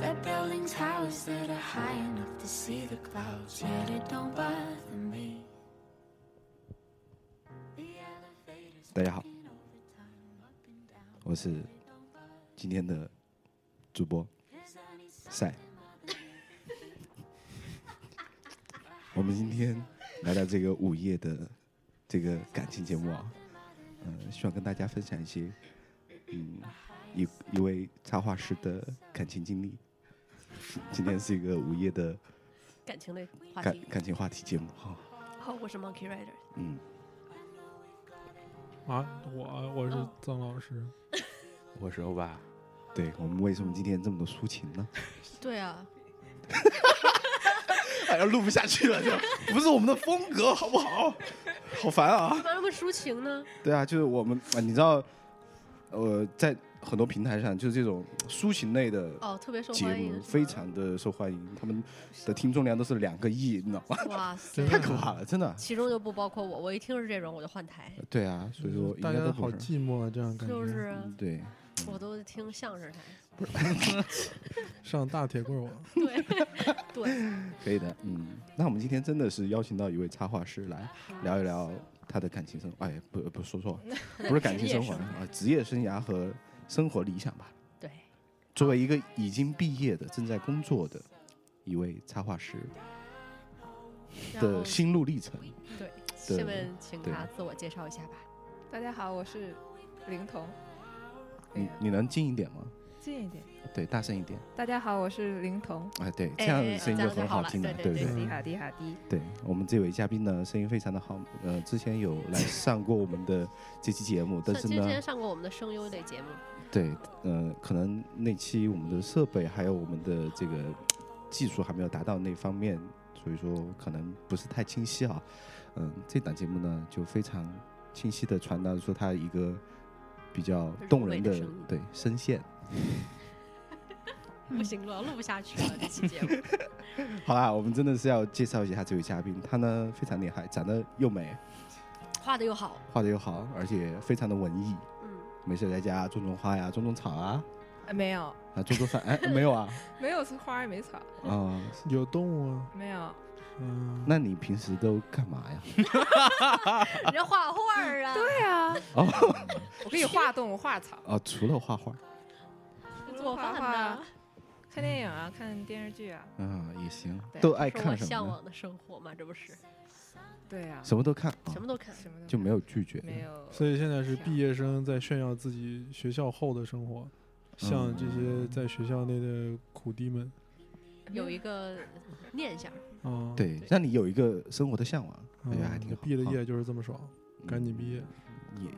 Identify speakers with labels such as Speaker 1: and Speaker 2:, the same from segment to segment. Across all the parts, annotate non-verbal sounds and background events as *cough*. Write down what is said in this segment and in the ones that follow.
Speaker 1: We're building towers that are high enough to see the clouds, yet it don't bother me. The elevators
Speaker 2: 大家好，
Speaker 1: working overtime, up and down,
Speaker 2: 我是
Speaker 1: it don't bother
Speaker 2: 今天的主播
Speaker 1: 'cause I need
Speaker 2: 赛 *laughs*
Speaker 1: something more than
Speaker 2: 我们今天来到这个午夜的这个感情节目啊，嗯、希望跟大家分享一些，嗯，一一位插画师的感情经历。 *laughs* 今天是一个午夜的
Speaker 3: 感情类话
Speaker 2: 感
Speaker 3: 题。
Speaker 2: 感情话题节目哈、
Speaker 3: 好，我是 Monkey Rider。
Speaker 2: 嗯，
Speaker 4: 啊，我我是
Speaker 3: 嗯
Speaker 4: 曾老师，
Speaker 5: 我是欧巴，
Speaker 2: 对我们为什么今天这么多抒情呢？
Speaker 3: 对啊，
Speaker 2: 哎呀，录不下去
Speaker 3: *laughs*
Speaker 2: 了，这不是我们的风格，好不好？好烦啊！
Speaker 3: 干嘛那么抒情呢？
Speaker 2: 对啊，就是我们啊，你知道，呃，在很多平台上，就是这种抒情类的
Speaker 3: 哦，特别受
Speaker 2: 节
Speaker 3: 欢
Speaker 2: 目
Speaker 3: 迎，
Speaker 2: 非常的受欢迎，他们的听众量都是两个亿，你知道吗？
Speaker 3: *laughs* 是
Speaker 2: *laughs*
Speaker 3: 吧哇塞
Speaker 4: 真，
Speaker 2: 太可怕了，真的。
Speaker 3: 其中就不包括我，我一听是这种我就换台，
Speaker 2: 对啊，所以说应
Speaker 4: 大
Speaker 2: 该
Speaker 4: 家
Speaker 2: 都
Speaker 4: 好
Speaker 2: 不是。嗯
Speaker 4: 寂寞啊，这样感觉。
Speaker 3: 就是啊
Speaker 2: 对，
Speaker 3: 我都听相声台。
Speaker 4: 上大铁棍儿网，
Speaker 3: 对对，
Speaker 2: 可以的，嗯。那我们今天真的是邀请到一位插画师来聊一聊他的感情生活，哎，不不说错，了，不是感情
Speaker 3: *laughs*
Speaker 2: 生活
Speaker 3: 职业
Speaker 2: 啊，职业生涯和生活理想吧。
Speaker 3: 对，
Speaker 2: 作为一个已经毕业的、正在工作的一位插画师
Speaker 3: 然后
Speaker 2: 的心路历程，
Speaker 3: 对，
Speaker 2: 对
Speaker 3: 下面请
Speaker 2: 对
Speaker 3: 他自我介绍一下吧。
Speaker 6: 大家好，我是林彤。哎
Speaker 2: 你
Speaker 6: 呀
Speaker 2: 你能近一点吗？
Speaker 6: 近一点。
Speaker 2: 对，大声一点。
Speaker 6: 大家好，我是林彤。
Speaker 2: 哎，对，这
Speaker 3: 哎
Speaker 2: 样
Speaker 3: 哎
Speaker 2: 的
Speaker 3: 哎
Speaker 2: 声音
Speaker 3: 这
Speaker 2: 就
Speaker 3: 样就
Speaker 2: 很
Speaker 3: 好
Speaker 2: 好
Speaker 3: 了
Speaker 2: 听了，
Speaker 3: 对
Speaker 2: 对
Speaker 3: 对
Speaker 2: 对
Speaker 4: 对
Speaker 6: 滴哈滴哈滴。
Speaker 2: 对我们这位嘉宾呢，声音非常的好，呃，之前有来上过我们的这期节目，但
Speaker 3: 上
Speaker 2: 是
Speaker 3: 其实之前
Speaker 2: 呢，
Speaker 3: 上过我们的声优类节目，
Speaker 2: 对，呃，可能那期我们的设备还有我们的这个技术还没有达到那方面，所以说可能不是太清晰啊。嗯、这档节目呢，就非常清晰的传达出他一个比较动人的
Speaker 3: 入味的声音
Speaker 2: 对声线。
Speaker 3: 不行了，录不下去了这期节 *laughs* 目。嗯
Speaker 2: 好啦，我们真的是要介绍一下这位嘉宾，他呢非常厉害，长得又美，
Speaker 3: 画的又好，
Speaker 2: 画的又好，而且非常的文艺。
Speaker 3: 嗯，
Speaker 2: 没事，在家种种花呀，种种草啊，
Speaker 6: 哎，没有，
Speaker 2: 啊，种种饭。哎，没有啊， *laughs*
Speaker 6: 没有花也没草，
Speaker 2: 啊、
Speaker 4: 有动物啊，
Speaker 6: 没有。
Speaker 4: 嗯，
Speaker 2: 那你平时都干嘛呀？ *laughs*
Speaker 3: 人家画画儿啊，
Speaker 6: 对啊，
Speaker 2: 哦
Speaker 6: 我可以画动物、画草、
Speaker 2: 哦，除了画画，
Speaker 3: 做饭
Speaker 6: 画
Speaker 3: 呐
Speaker 6: 画，看电影啊，看电视剧啊。
Speaker 2: 嗯、也行，
Speaker 6: 对
Speaker 2: 都爱
Speaker 3: 是我
Speaker 2: 看什
Speaker 3: 向
Speaker 2: 么呢？哦
Speaker 3: 往的生活嘛，这不是
Speaker 6: 对啊，
Speaker 2: 什么都看啊、
Speaker 3: 什么都看。
Speaker 6: 什么都
Speaker 2: 就没有拒绝。
Speaker 6: 没有。
Speaker 4: 所以现在是毕业生在炫耀自己学校后的生活，像这些
Speaker 2: 嗯
Speaker 4: 在学校内的苦逼们
Speaker 3: 有一个念想，
Speaker 4: 啊，，
Speaker 2: 对，让你有一个生活的向往，我觉得还
Speaker 4: 嗯
Speaker 2: 挺好。，嗯
Speaker 4: 毕了
Speaker 2: 啊
Speaker 4: 业就是这么爽，赶紧毕业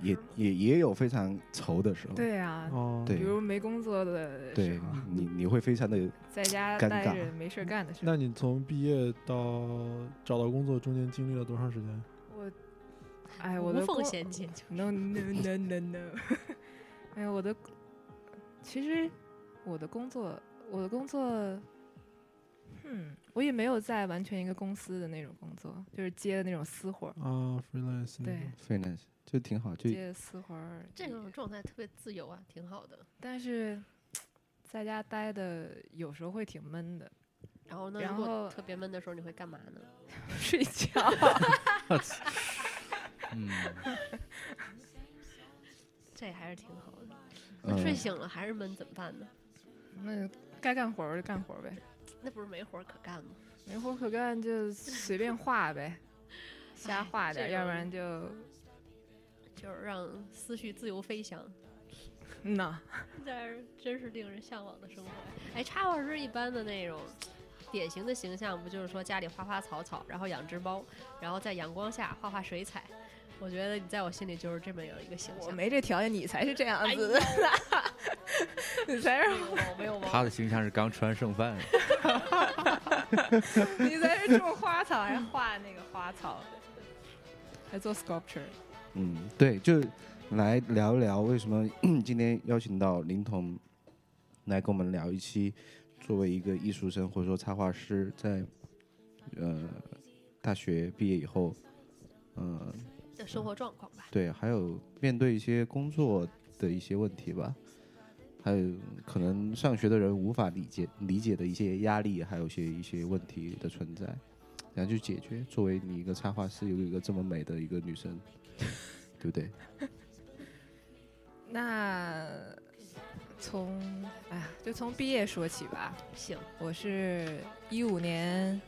Speaker 2: 也也也也有非常愁的时候。
Speaker 6: 对啊，
Speaker 4: 啊，
Speaker 2: 对
Speaker 6: 比如没工作的时
Speaker 2: 对
Speaker 6: 候，
Speaker 2: 你你会非常的
Speaker 6: 在家
Speaker 2: 尴
Speaker 6: 待
Speaker 2: 尬
Speaker 6: 着没事儿干的时候，
Speaker 4: 那你从毕业到找到工作中间经历了多长时间？
Speaker 6: 我，哎，我
Speaker 3: 无
Speaker 6: 的
Speaker 3: 缝
Speaker 6: 工
Speaker 3: 衔接。
Speaker 6: no no no no no，哎呀，我的，其实我的工作，我的工作，嗯，我也没有在完全一个公司的那种工作，就是接的那种私活儿，
Speaker 4: 啊，freelance 那
Speaker 6: 对
Speaker 4: 种，
Speaker 2: freelance，就挺好，就
Speaker 6: 接私活儿。
Speaker 3: 这种状态特别自由啊，挺好的。
Speaker 6: 但是在家待的有时候会挺闷的， *laughs*
Speaker 3: 然后呢，
Speaker 6: 然
Speaker 3: 如果
Speaker 6: 后
Speaker 3: 特别闷的时候，你会干嘛呢？
Speaker 6: 睡觉。
Speaker 2: 嗯，
Speaker 3: 这还是挺好的。
Speaker 2: 嗯
Speaker 3: 睡醒了还是闷怎么办呢？
Speaker 6: 那该干活儿就干活儿呗，
Speaker 3: 那不是没活儿可干吗？
Speaker 6: 没活儿可干就随便画
Speaker 3: *laughs*
Speaker 6: 呗，瞎
Speaker 3: 哎
Speaker 6: 画点儿，
Speaker 3: 这
Speaker 6: 要不
Speaker 3: 种
Speaker 6: 然就
Speaker 3: 就是让思绪自由飞翔，
Speaker 6: 嗯呐，
Speaker 3: 但是真是令人向往的生活。哎，插画师一般的那种典型的形象，不就是说家里花花草草，然后养只猫，然后在阳光下画画水彩？我觉得你在我心里就是这么样一个形
Speaker 6: 我
Speaker 3: 象。
Speaker 6: 没这条件，你才是这样
Speaker 3: 哎呦
Speaker 6: 子的，你才 *laughs* 是
Speaker 3: 我没有
Speaker 5: 他
Speaker 3: 猫，
Speaker 5: 的形象是刚吃完剩饭，
Speaker 6: 你在这种花草，还画那个花草，还做 sculpture。
Speaker 2: 嗯，对，就来聊一聊为什么 *clears throat* 今天邀请到林彤来跟我们聊一期，作为一个艺术生或者说插画师，在呃大学毕业以后，嗯、
Speaker 3: 的生活状况吧。
Speaker 2: 对，还有面对一些工作的一些问题吧。还有可能上学的人无法理解理解的一些压力，还有一些一些问题的存在，然后去解决。作为你一个插画师，有一个这么美的一个女生，对不对？
Speaker 6: 那从哎呀，就从毕业说起吧。
Speaker 3: 行，
Speaker 6: 我是一五年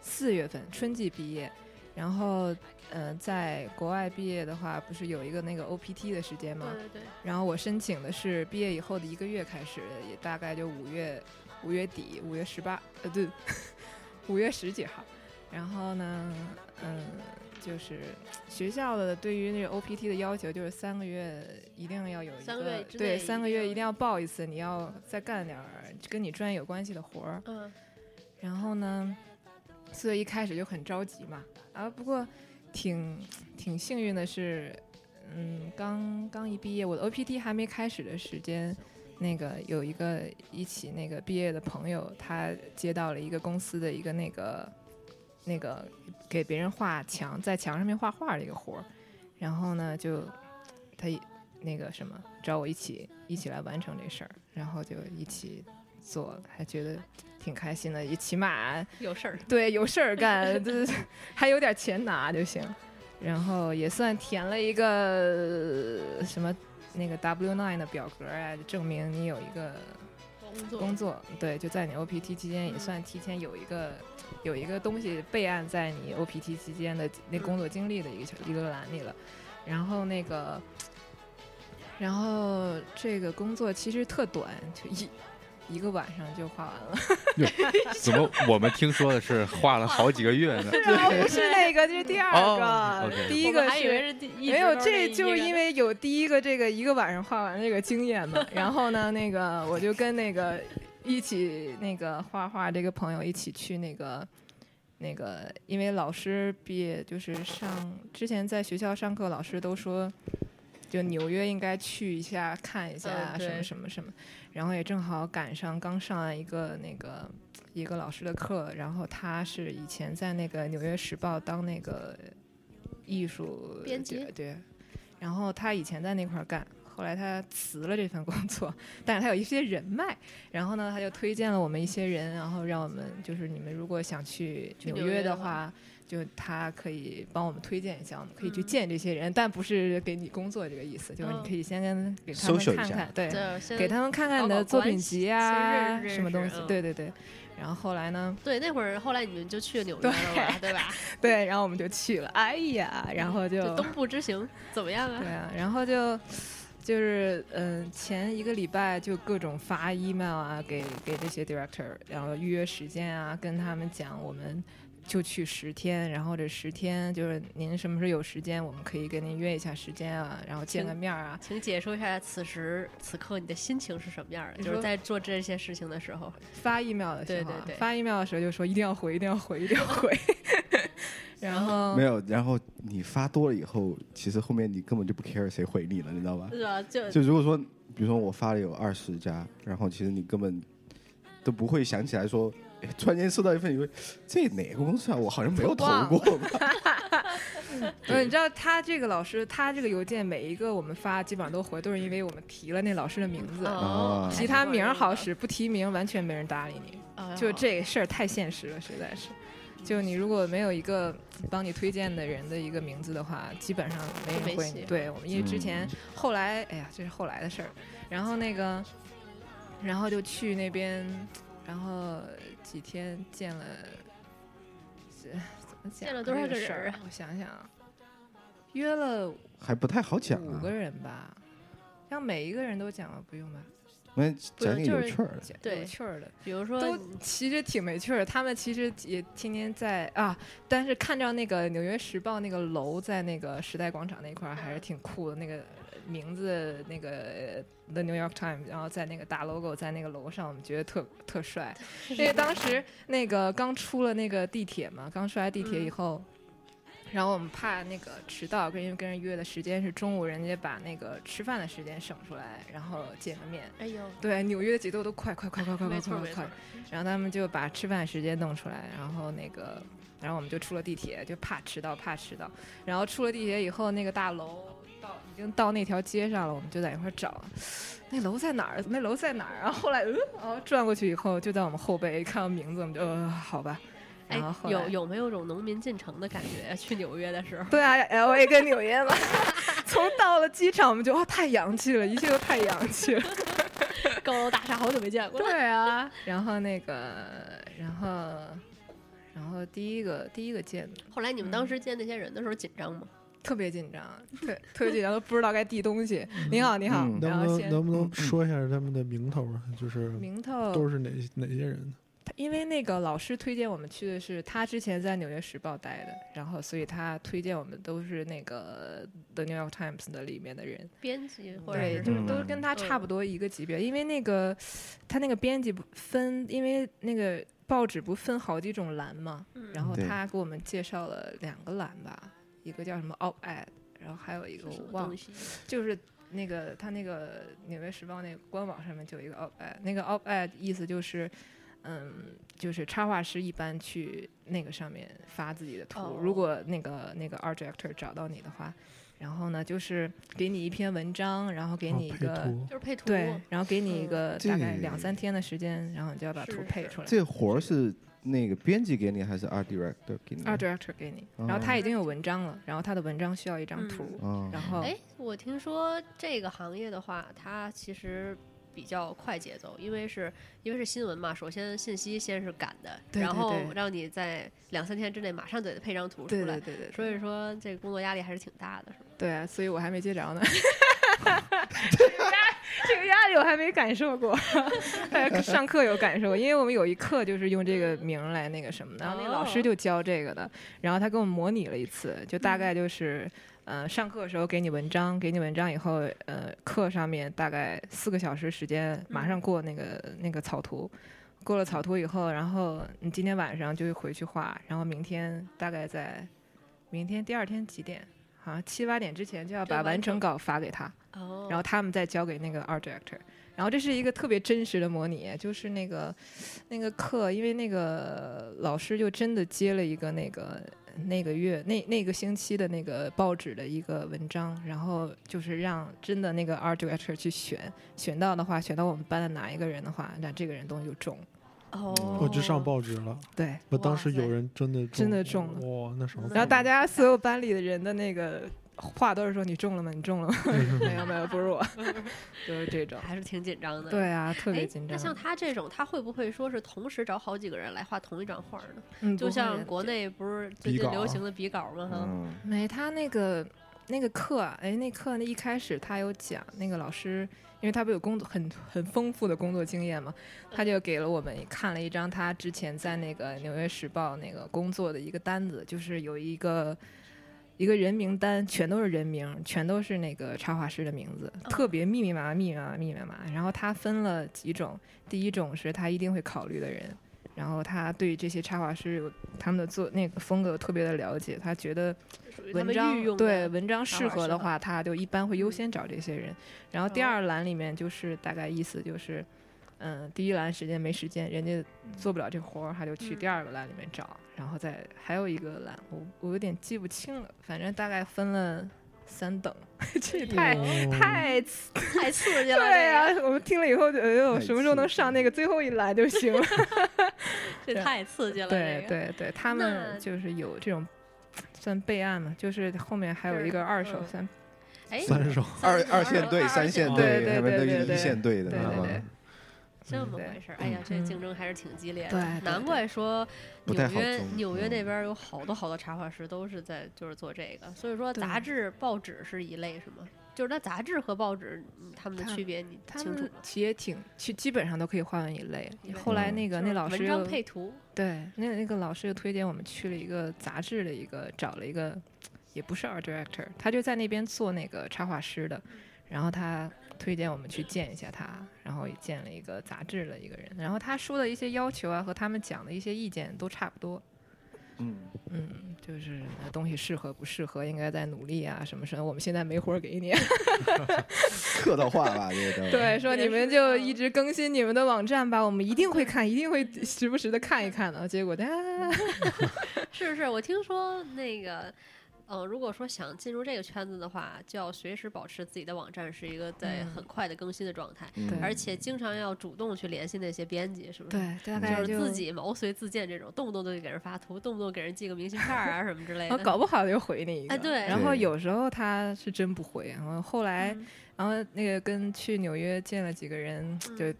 Speaker 6: 四月份春季毕业，然后呃，在国外毕业的话，不是有一个那个 OPT 的时间吗？
Speaker 3: 对对对，
Speaker 6: 然后我申请的是毕业以后的一个月开始，也大概就五月五月底，五月十八，呃，对， *laughs* 五月十几号。然后呢，嗯，就是学校的对于那个 OPT 的要求，就是三个月一定要有一个，
Speaker 3: 三个月之内
Speaker 6: 对，
Speaker 3: 一
Speaker 6: 三个
Speaker 3: 定
Speaker 6: 月
Speaker 3: 要
Speaker 6: 一定要报一次，你要再干点儿跟你专业有关系的活儿。
Speaker 3: 嗯，
Speaker 6: 然后呢，所以一开始就很着急嘛。啊，不过挺挺幸运的是，嗯，刚刚一毕业，我的 OPT 还没开始的时间，那个有一个一起那个毕业的朋友，他接到了一个公司的一个那个那个给别人画墙，在墙上面画画的一个活儿，然后呢就他一那个什么找我一起一起来完成这事儿，然后就一起做了，还觉得挺开心的，也起码
Speaker 3: 有事儿，
Speaker 6: 对有事儿干， *laughs* 就是还有点钱拿就行，然后也算填了一个呃什么那个 W nine 的表格啊，证明你有一个
Speaker 3: 工作
Speaker 6: 工作，对，就在你 OPT 期间也算提前有一个有一个东西备案在你 OPT 期间的那工作经历的一个小一个栏里了。然后那个，然后这个工作其实特短，就一一个晚上就画完了。
Speaker 5: 怎么我们听说的是画了好几个月
Speaker 6: *laughs*
Speaker 5: 呢？
Speaker 6: 不是那个，这是第二
Speaker 5: 哦
Speaker 6: 个，
Speaker 5: ，OK
Speaker 6: 第一
Speaker 3: 我们
Speaker 6: 个
Speaker 3: 还以为
Speaker 6: 是。
Speaker 3: 是第一
Speaker 6: 没有，
Speaker 3: 直都是
Speaker 6: 这
Speaker 3: 一
Speaker 6: 就是
Speaker 3: 个
Speaker 6: 因为有第一个这个一个晚上画完这个经验
Speaker 3: *laughs*
Speaker 6: 嘛。然后呢，那个我就跟那个一起那个画画这个朋友一起去那个那个，因为老师毕业就是上之前在学校上课，老师都说就纽约应该去一下看一下
Speaker 3: 嗯
Speaker 6: 什么
Speaker 3: 对
Speaker 6: 什么什么，然后也正好赶上刚上完一个那个一个老师的课，然后他是以前在那个《纽约时报》当那个艺术
Speaker 3: 编辑
Speaker 6: 对对，然后他以前在那块儿干。后来他辞了这份工作， *laughs* 但是他有一些人脉，然后呢，他就推荐了我们一些人，然后让我们就是你们如果想去
Speaker 3: 去
Speaker 6: 纽
Speaker 3: 纽
Speaker 6: 约
Speaker 3: 约
Speaker 6: 的
Speaker 3: 的
Speaker 6: 话
Speaker 3: 话，
Speaker 6: 就他可以帮我们推荐一下，我们可以去
Speaker 3: 嗯
Speaker 6: 见这些人，但不是给你工作这个意思，就是你
Speaker 3: 嗯
Speaker 6: 可以先跟给他们
Speaker 2: Social 一
Speaker 6: 看
Speaker 2: 下
Speaker 6: 看，对，
Speaker 3: 对先
Speaker 6: 给他们看看你
Speaker 3: 搞
Speaker 6: 的
Speaker 3: 搞
Speaker 6: 作
Speaker 3: 关
Speaker 6: 品
Speaker 3: 系
Speaker 6: 集
Speaker 3: 先
Speaker 6: 啊，
Speaker 3: 认识
Speaker 6: 什么
Speaker 3: 认
Speaker 6: 东
Speaker 3: 识
Speaker 6: 西，
Speaker 3: 嗯
Speaker 6: 对对对。然后后来呢，
Speaker 3: 对那会儿，后来你们就去纽约了吧，对吧？
Speaker 6: 对，然后我们就去了，哎呀，然后 *laughs* 就
Speaker 3: 就东部之行怎么样
Speaker 6: 对
Speaker 3: 啊？
Speaker 6: 啊，然后就就是嗯，前一个礼拜就各种发 email 啊，给给这些 director，然后预约时间啊，跟他们讲我们。就去十天，然后这十天就是您什么时候有时间，我们可以跟您约一下时间啊，然后见
Speaker 3: 行
Speaker 6: 个面儿啊。
Speaker 3: 请解说一下此时此刻你的心情是什么样的？
Speaker 6: 你
Speaker 3: 就是
Speaker 6: 说
Speaker 3: 在做这些事情的时候，
Speaker 6: 发 email 的时
Speaker 3: 对
Speaker 6: 候啊，
Speaker 3: 对对
Speaker 6: 发 email 的时候就说一定要回，一定要回，一定要回。 *laughs* 然后
Speaker 2: 没有，然后你发多了以后，其实后面你根本就不 care 谁回你了，你知道吧？
Speaker 3: 是
Speaker 6: 啊
Speaker 3: 吧？就
Speaker 2: 就如果说，比如说我发了有二十家，然后其实你根本都不会想起来说，诶突然间收到一份，你会这哪个公司啊？我好像没有投过吧？ *laughs*
Speaker 6: 呃，你知道他这个老师，他这个邮件每一个我们发基本上都回，都是因为我们提了那老师的名
Speaker 3: 嗯
Speaker 6: 字。
Speaker 3: 啊
Speaker 2: 哦
Speaker 6: 提他名儿好，使，不提名完全没人搭理你。
Speaker 3: 哎呦
Speaker 6: 就这事儿太现实了，实在是。就你如果没有一个帮你推荐的人的一个名字的话，基本上没
Speaker 3: 就没
Speaker 6: 人会
Speaker 3: 戏
Speaker 6: 你。对我们，因为之
Speaker 2: 嗯
Speaker 6: 前、后来，哎呀，这是后来的事儿。然后那个，然后就去那边，然后几天见了，这怎么讲啊？
Speaker 3: 见了多少
Speaker 6: 这
Speaker 3: 个
Speaker 6: 事
Speaker 3: 人
Speaker 6: 儿
Speaker 3: 啊？
Speaker 6: 我想想啊，约了
Speaker 2: 还不太好讲
Speaker 6: 五
Speaker 2: 啊
Speaker 6: 个，人吧。让每一个人都讲了，不用吧？
Speaker 2: 那讲点有趣儿的。
Speaker 6: 讲
Speaker 3: 对
Speaker 6: 有趣儿的，
Speaker 3: 比如说
Speaker 6: 都
Speaker 3: 你
Speaker 6: 其实挺没趣儿的。他们其实也天天在啊，但是看到那个《纽约时报》那个楼在那个时代广场那块儿还是挺酷的，那个名字那个呃 The New York Times，然后在那个大 logo 在那个楼上，我们觉得特特帅。因为当时那个刚出了那个地铁嘛，刚出来地铁以后。然后我们怕那个迟到，跟人跟人约的时间是中午，人家把那个吃饭的时间省出来，然后见个面。
Speaker 3: *laughs* 哎呦，
Speaker 6: 对，纽约的节奏都快快快快快快快
Speaker 3: 没错
Speaker 6: 快
Speaker 3: 没错
Speaker 6: 快，，然后他们就把吃饭时间弄出来，然后那个，然后我们就出了地铁，就怕迟到，怕迟到。然后出了地铁以后，那个大楼到已经到那条街上了，我们就在一块儿找，那楼在哪儿？那楼在哪儿？然后后来，嗯，然后转过去以后，就在我们后背看到名字，我们就、 *laughs* 呃、好吧。
Speaker 3: 哎
Speaker 6: 然后，后来
Speaker 3: 有有没有种农民进城的感觉呀？去纽约的时候，
Speaker 6: 对啊，L A 跟纽约嘛， *laughs* 从到了机场我们就哇哦太洋气了，一切都太洋气了。
Speaker 3: 高楼大厦好久没
Speaker 6: *laughs*
Speaker 3: 见过了。
Speaker 6: 对啊，然后那个，然后，然后第一个第一个见的
Speaker 3: 后来你们
Speaker 6: 嗯
Speaker 3: 当时见那些人的时候紧张吗？
Speaker 6: 特别紧张，对，特 *laughs* 别紧张，都不知道该递东西。你好，你好，
Speaker 2: 嗯
Speaker 6: 然
Speaker 4: 能不
Speaker 6: 后
Speaker 4: 能
Speaker 6: 先
Speaker 4: 能不能说一下他们的名头啊？就是
Speaker 6: 名头
Speaker 4: 都是哪哪些人？
Speaker 6: 因为那个老师推荐我们去的是他之前在《纽约时报》待的，然后所以他推荐我们都是那个《The New York Times》的里面的人，
Speaker 3: 编辑或者
Speaker 6: 对，
Speaker 3: 是
Speaker 6: 就是
Speaker 3: 什
Speaker 4: 嗯
Speaker 3: 么
Speaker 6: 都跟他差不多一个级别。因为那个他那个编辑不分，因为那个 *sighs* 报纸不分好几种栏嘛，
Speaker 3: 嗯
Speaker 6: 然后
Speaker 2: 对
Speaker 6: 他给我们介绍了两个栏吧，一个叫什么 Op Ed，然后还有一
Speaker 3: 是
Speaker 6: 个
Speaker 3: 什
Speaker 6: 我
Speaker 3: 么
Speaker 6: 忘了
Speaker 3: 东。西？
Speaker 6: 就是那个他那个《纽约时报》那个官网上面就有一个 op ed，那个 op ed 意思就是，嗯，就是插画师一般去那个上面发自己的图，
Speaker 3: 哦
Speaker 6: 如果那个那个 art director 找到你的话，然后呢就是给你一篇文章，然后给
Speaker 4: 然后
Speaker 6: 你一
Speaker 4: 哦啊配
Speaker 6: 个、
Speaker 4: 图，
Speaker 3: 就是配图，
Speaker 6: 对，然后给你一
Speaker 3: 嗯
Speaker 6: 个大概
Speaker 2: 这
Speaker 6: 两三天的时间，然后你就要把图
Speaker 3: 是
Speaker 6: 配
Speaker 3: 是
Speaker 6: 出来。
Speaker 2: 这活儿是那个编辑给你还是 art director 给你？
Speaker 6: art director 给你，然后
Speaker 2: 哦
Speaker 6: 他已经有文章了，然后他的文章需要一张
Speaker 3: 嗯
Speaker 6: 图，
Speaker 2: 啊，
Speaker 6: 然后
Speaker 3: 哎，我听说这个行业的话，它其实比较快节奏，因为是因为是新闻嘛，首先信息先是赶的，
Speaker 6: 对
Speaker 3: 然
Speaker 6: 对
Speaker 3: 后
Speaker 6: 对
Speaker 3: 让你在两三天之内马上就得配张图出
Speaker 6: 嗯对
Speaker 3: 来，
Speaker 6: 对对对，
Speaker 3: 所以说这个工作压力还是挺大的，是吧？
Speaker 6: 对啊，所以我还没接着呢。 *laughs* 这个压力我还没感受过， *laughs* 呃上课有感受过，因为我们有一课就是用这个名儿来那个什么的，然后那个老师就教这个的，然后他给我们模拟了一次，就大概就是，呃，上课的时候给你文章，给你文章以后，呃，课上面大概四个小时时间，马上过那个那个草图，过了草图以后，然后你今天晚上就回去画，然后明天大概在明天第二天几点？好像七八点之前就要
Speaker 3: 就
Speaker 6: 把
Speaker 3: 完
Speaker 6: 完成
Speaker 3: 成
Speaker 6: 稿发给他，
Speaker 3: 哦
Speaker 6: 然后他们再交给那个 art director。然后这是一个特别真实的模拟，就是那个那个课，因为那个老师就真的接了一个那个那个月那那个星期的那个报纸的一个文章，然后就是让真的那个 art director 去选，选到的话，选到我们班的哪一个人的话，那这个人东西就中。
Speaker 3: 哦，
Speaker 4: 我去嗯上报纸了。
Speaker 6: 对，
Speaker 4: 我当
Speaker 3: 哇
Speaker 4: 时有
Speaker 3: 塞
Speaker 4: 人真的
Speaker 6: 真的中了嗯
Speaker 4: 哇，那什么？
Speaker 6: 然后
Speaker 3: 嗯
Speaker 6: 大家所有班里的人的那个话都是说你中了吗？你中了吗？没有没有，不是我，就是这
Speaker 3: *laughs*
Speaker 6: 种。
Speaker 3: 还是挺紧张的。
Speaker 6: 对啊，特
Speaker 3: 哎，
Speaker 6: 别紧张。
Speaker 3: 那像他这种，他会不会说是同时找好几个人来画同一张画呢？
Speaker 6: 嗯
Speaker 3: 就
Speaker 6: 不会
Speaker 3: 像
Speaker 6: 的
Speaker 3: 国内不是最
Speaker 4: 笔
Speaker 3: 近
Speaker 4: 稿
Speaker 3: 流
Speaker 4: 啊
Speaker 3: 行的笔稿吗？哈、
Speaker 2: 嗯，
Speaker 6: 没，他那个那个课啊，哎，那课那一开始他有讲，那个老师，因为他不有工作很很丰富的工作经验嘛，他就给了我们看了一张他之前在那个《纽约时报》那个工作的一个单子，就是有一个。一个人名单全都是人名，全都是那个插画师的名字，特别密密麻麻、密密麻麻、密密麻麻。然后他分了几种，第一种是他一定会考虑的人，然后他对这些插画师有他们的作那个风格特别的了解，他觉得
Speaker 3: 属于他
Speaker 6: 文
Speaker 3: 们
Speaker 6: 章
Speaker 3: 御用
Speaker 6: 对
Speaker 3: 的
Speaker 6: 文章
Speaker 3: 插
Speaker 6: 适
Speaker 3: 画
Speaker 6: 合
Speaker 3: 师
Speaker 6: 的
Speaker 3: 吧
Speaker 6: 话，他就一般会优
Speaker 3: 嗯
Speaker 6: 先找这些人。然后第
Speaker 3: 哦
Speaker 6: 二栏里面就是大概意思就是，嗯，第一栏时间没时间，人家做不了这活儿，他就去第
Speaker 3: 嗯
Speaker 6: 二个栏里面找。然后再还有一个栏，我我有点记不清了，反正大概分了三等， *laughs* 这也太。
Speaker 4: 哦
Speaker 6: 太
Speaker 3: 太刺激嗯了。
Speaker 6: 对啊呀、
Speaker 3: 呀、
Speaker 6: 我们听了以后就，哎呦，
Speaker 2: 太
Speaker 6: 什么时候
Speaker 2: 刺
Speaker 6: 能
Speaker 2: 激
Speaker 6: 上那个最后一栏就行了。
Speaker 3: *laughs* 这
Speaker 6: 对
Speaker 3: 太刺激了。
Speaker 6: 对
Speaker 3: 这个
Speaker 6: 对对，他
Speaker 3: 那
Speaker 6: 们就是有这种算备案嘛，就是后面还有一
Speaker 3: 是
Speaker 6: 个二手
Speaker 3: 嗯
Speaker 6: 算
Speaker 3: 哎，
Speaker 4: 三手，
Speaker 2: 二
Speaker 3: 三
Speaker 2: 二线队、
Speaker 3: 二
Speaker 2: 三
Speaker 3: 线
Speaker 2: 线
Speaker 6: 队
Speaker 2: 队，
Speaker 6: 对
Speaker 2: 他们
Speaker 6: 对
Speaker 2: 都
Speaker 6: 对
Speaker 2: 是
Speaker 6: 对
Speaker 2: 一线队的，
Speaker 6: 对
Speaker 2: 知道
Speaker 6: 对
Speaker 2: 吗
Speaker 6: 对
Speaker 3: 这么
Speaker 6: 对
Speaker 3: 回事儿。哎呀，这
Speaker 6: 嗯
Speaker 3: 竞争还是挺激烈的。
Speaker 6: 对对
Speaker 3: 难
Speaker 6: 对
Speaker 3: 怪说
Speaker 2: 不
Speaker 3: 纽
Speaker 2: 太好
Speaker 3: 约
Speaker 2: 争
Speaker 3: 纽约那
Speaker 2: 嗯
Speaker 3: 边有好多好多插画师都是在就是做这个，所以说
Speaker 6: 对
Speaker 3: 杂志、报纸是一类是吗？就是那杂志和报纸嗯他们的
Speaker 6: 他
Speaker 3: 区别你
Speaker 6: 他
Speaker 3: 清楚
Speaker 6: 们
Speaker 3: 吗？
Speaker 6: 其实也挺，其基本上都可以划分一类
Speaker 3: 一类。
Speaker 6: 后来
Speaker 2: 嗯
Speaker 6: 那个
Speaker 3: 就
Speaker 6: 那
Speaker 3: 是
Speaker 6: 老师
Speaker 3: 文章
Speaker 6: 又
Speaker 3: 配图，
Speaker 6: 对，那那个老师又推荐我们去了一个杂志的一个，找了一个，也不是 art director，他就在那边做那个插画师的，
Speaker 3: 嗯
Speaker 6: 然后他推荐我们去见一下他，然后也见了一个杂志的一个人，然后他说的一些要求啊和他们讲的一些意见都差不多，
Speaker 2: 嗯，
Speaker 6: 嗯，就是那东西适合不适合，应该再努力啊什么什么，我们现在没活儿给你，
Speaker 2: 客套话吧，这个都。
Speaker 6: 对，说
Speaker 3: 也
Speaker 6: 你们
Speaker 3: 是
Speaker 6: 就
Speaker 3: 嗯
Speaker 6: 一直更新你们的嗯网站吧，我们一定会看，一定会时不时的看一看的。结果，啊，
Speaker 3: 是是，我听说那个，嗯、如果说想进入这个圈子的话，就要随时保持自己的网站是一个在
Speaker 6: 嗯
Speaker 3: 很快的更新的状态，
Speaker 2: 嗯
Speaker 6: 对
Speaker 3: 而且经常要主动去联系那些编辑，是不是？
Speaker 6: 对，大
Speaker 2: 嗯
Speaker 6: 概
Speaker 3: 就
Speaker 6: 就是
Speaker 3: 自，己毛遂自荐这种，动不动就给人发图，动不动给人寄个明信片儿啊什么之类
Speaker 6: 然
Speaker 3: 的。
Speaker 6: 后哦搞不好就回你一个。
Speaker 3: 哎对
Speaker 6: 然后
Speaker 2: 对
Speaker 6: 有时候他是真不回，然后后来，
Speaker 3: 嗯
Speaker 6: 然后那个跟去纽约见了几个人，
Speaker 3: 嗯
Speaker 6: 就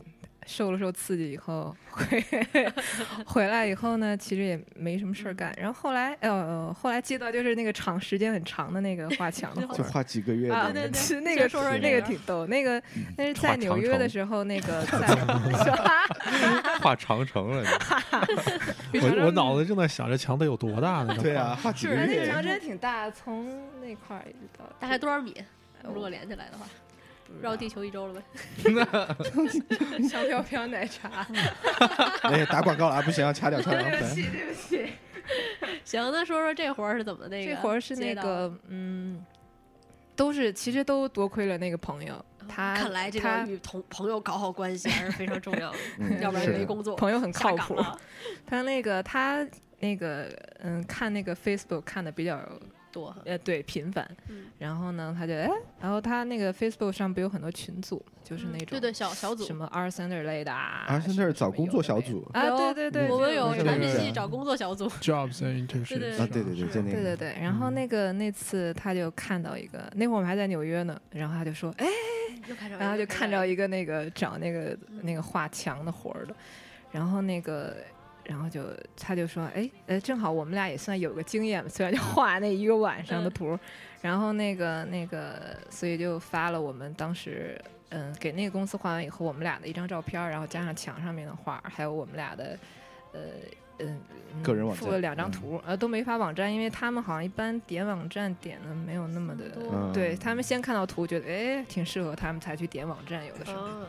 Speaker 6: 受了受刺激以后回 *laughs* 回来以后呢，其实也没什么事儿
Speaker 3: 嗯
Speaker 6: 干。然后后来，呃，后来接到就是那个长时间很长的那个画
Speaker 3: *laughs*
Speaker 6: 墙的活
Speaker 2: 就
Speaker 6: 儿。
Speaker 2: 画几个月
Speaker 6: 啊，
Speaker 2: 的，
Speaker 3: 对
Speaker 6: 其实那
Speaker 3: 先
Speaker 6: 个
Speaker 3: 说说
Speaker 6: 那
Speaker 3: 这
Speaker 6: 个
Speaker 3: 个
Speaker 6: 挺逗，那个那是在
Speaker 5: 画
Speaker 6: 纽
Speaker 5: 长
Speaker 6: 约的
Speaker 5: 城
Speaker 6: 时候，那 *laughs* 个
Speaker 2: *laughs*
Speaker 4: 嗯
Speaker 6: 在
Speaker 5: 画长
Speaker 6: *laughs*
Speaker 5: 城了，
Speaker 4: 我我脑子正在想这墙得有多
Speaker 2: *laughs*
Speaker 4: 大呢？
Speaker 2: 对
Speaker 4: *laughs*
Speaker 2: 啊，，画几个
Speaker 3: 是
Speaker 6: 那个
Speaker 2: 月
Speaker 6: 墙，真的挺大，从那块儿一直到
Speaker 3: 大概多少米？
Speaker 6: 呃
Speaker 3: 如果连起来的话，绕地球一周了
Speaker 6: *laughs*
Speaker 3: 呗。
Speaker 2: *laughs*
Speaker 6: 香飘飘奶茶。
Speaker 2: 哎，打广告了啊，不行，要掐掉，掐掉。
Speaker 6: *laughs* 对不起，对不起。
Speaker 3: 行，那说说这活儿是怎么那
Speaker 6: *laughs*
Speaker 3: 个？
Speaker 6: 这活儿是那，个，嗯，都是其实都多亏了那个朋友，他
Speaker 3: 看来这
Speaker 6: 他
Speaker 3: 个与同朋友搞好关系还是非常重
Speaker 6: *laughs*
Speaker 3: 要的，
Speaker 2: 嗯
Speaker 3: 要不然
Speaker 2: 是
Speaker 3: 没
Speaker 2: 的
Speaker 3: 工作。
Speaker 6: 朋友很
Speaker 3: 下
Speaker 6: 靠
Speaker 3: 岗
Speaker 6: 谱。
Speaker 3: 了 *laughs*
Speaker 6: 他那个他那个嗯，看那个 Facebook 看的比较
Speaker 3: 多哈，
Speaker 6: 呃对频繁
Speaker 3: 嗯，
Speaker 6: 然后呢他就哎，然后他那个 Facebook 上不有很多群组，就是那种
Speaker 3: 嗯对对小小组
Speaker 6: 什。么 R Center 类的啊
Speaker 2: 而是那儿找工作小
Speaker 6: 什么
Speaker 2: 组
Speaker 6: 有的没
Speaker 3: 有
Speaker 6: 啊，对对对，
Speaker 3: 我们
Speaker 6: 这种
Speaker 3: 有
Speaker 6: 的
Speaker 4: 那
Speaker 3: 产
Speaker 4: 个
Speaker 3: 品系找工作小组，
Speaker 4: jobs and internships
Speaker 3: 对
Speaker 4: 是吧。
Speaker 2: 啊，对对对，就那
Speaker 6: 对
Speaker 2: 个
Speaker 6: 对对，然
Speaker 2: 嗯
Speaker 6: 后那个那次他就看到一个，那会儿我们还在纽约呢，然后他就说，哎，
Speaker 3: 又看着
Speaker 6: 然后就看着
Speaker 3: 一嗯
Speaker 6: 一个那个找那个那个画墙的活儿的，然后那个。然后就，他就说，哎，呃，正好我们俩也算有个经验嘛，虽然就画那一个晚上的
Speaker 3: 嗯
Speaker 6: 图，然后那个那个，所以就发了我们当时，嗯，给那个公司画完以后，我们俩的一张照片儿，然后加上墙上面的画儿，还有我们俩的，呃，嗯，
Speaker 2: 个人网
Speaker 6: 附
Speaker 2: 站
Speaker 6: 了两张
Speaker 2: 嗯
Speaker 6: 图，呃，都没发网站，因为他们好像一般点网站点的没有那么的，
Speaker 2: 嗯
Speaker 6: 对他们先看到图，觉得哎挺适合他们，才去点网站，有的时候。
Speaker 3: 啊，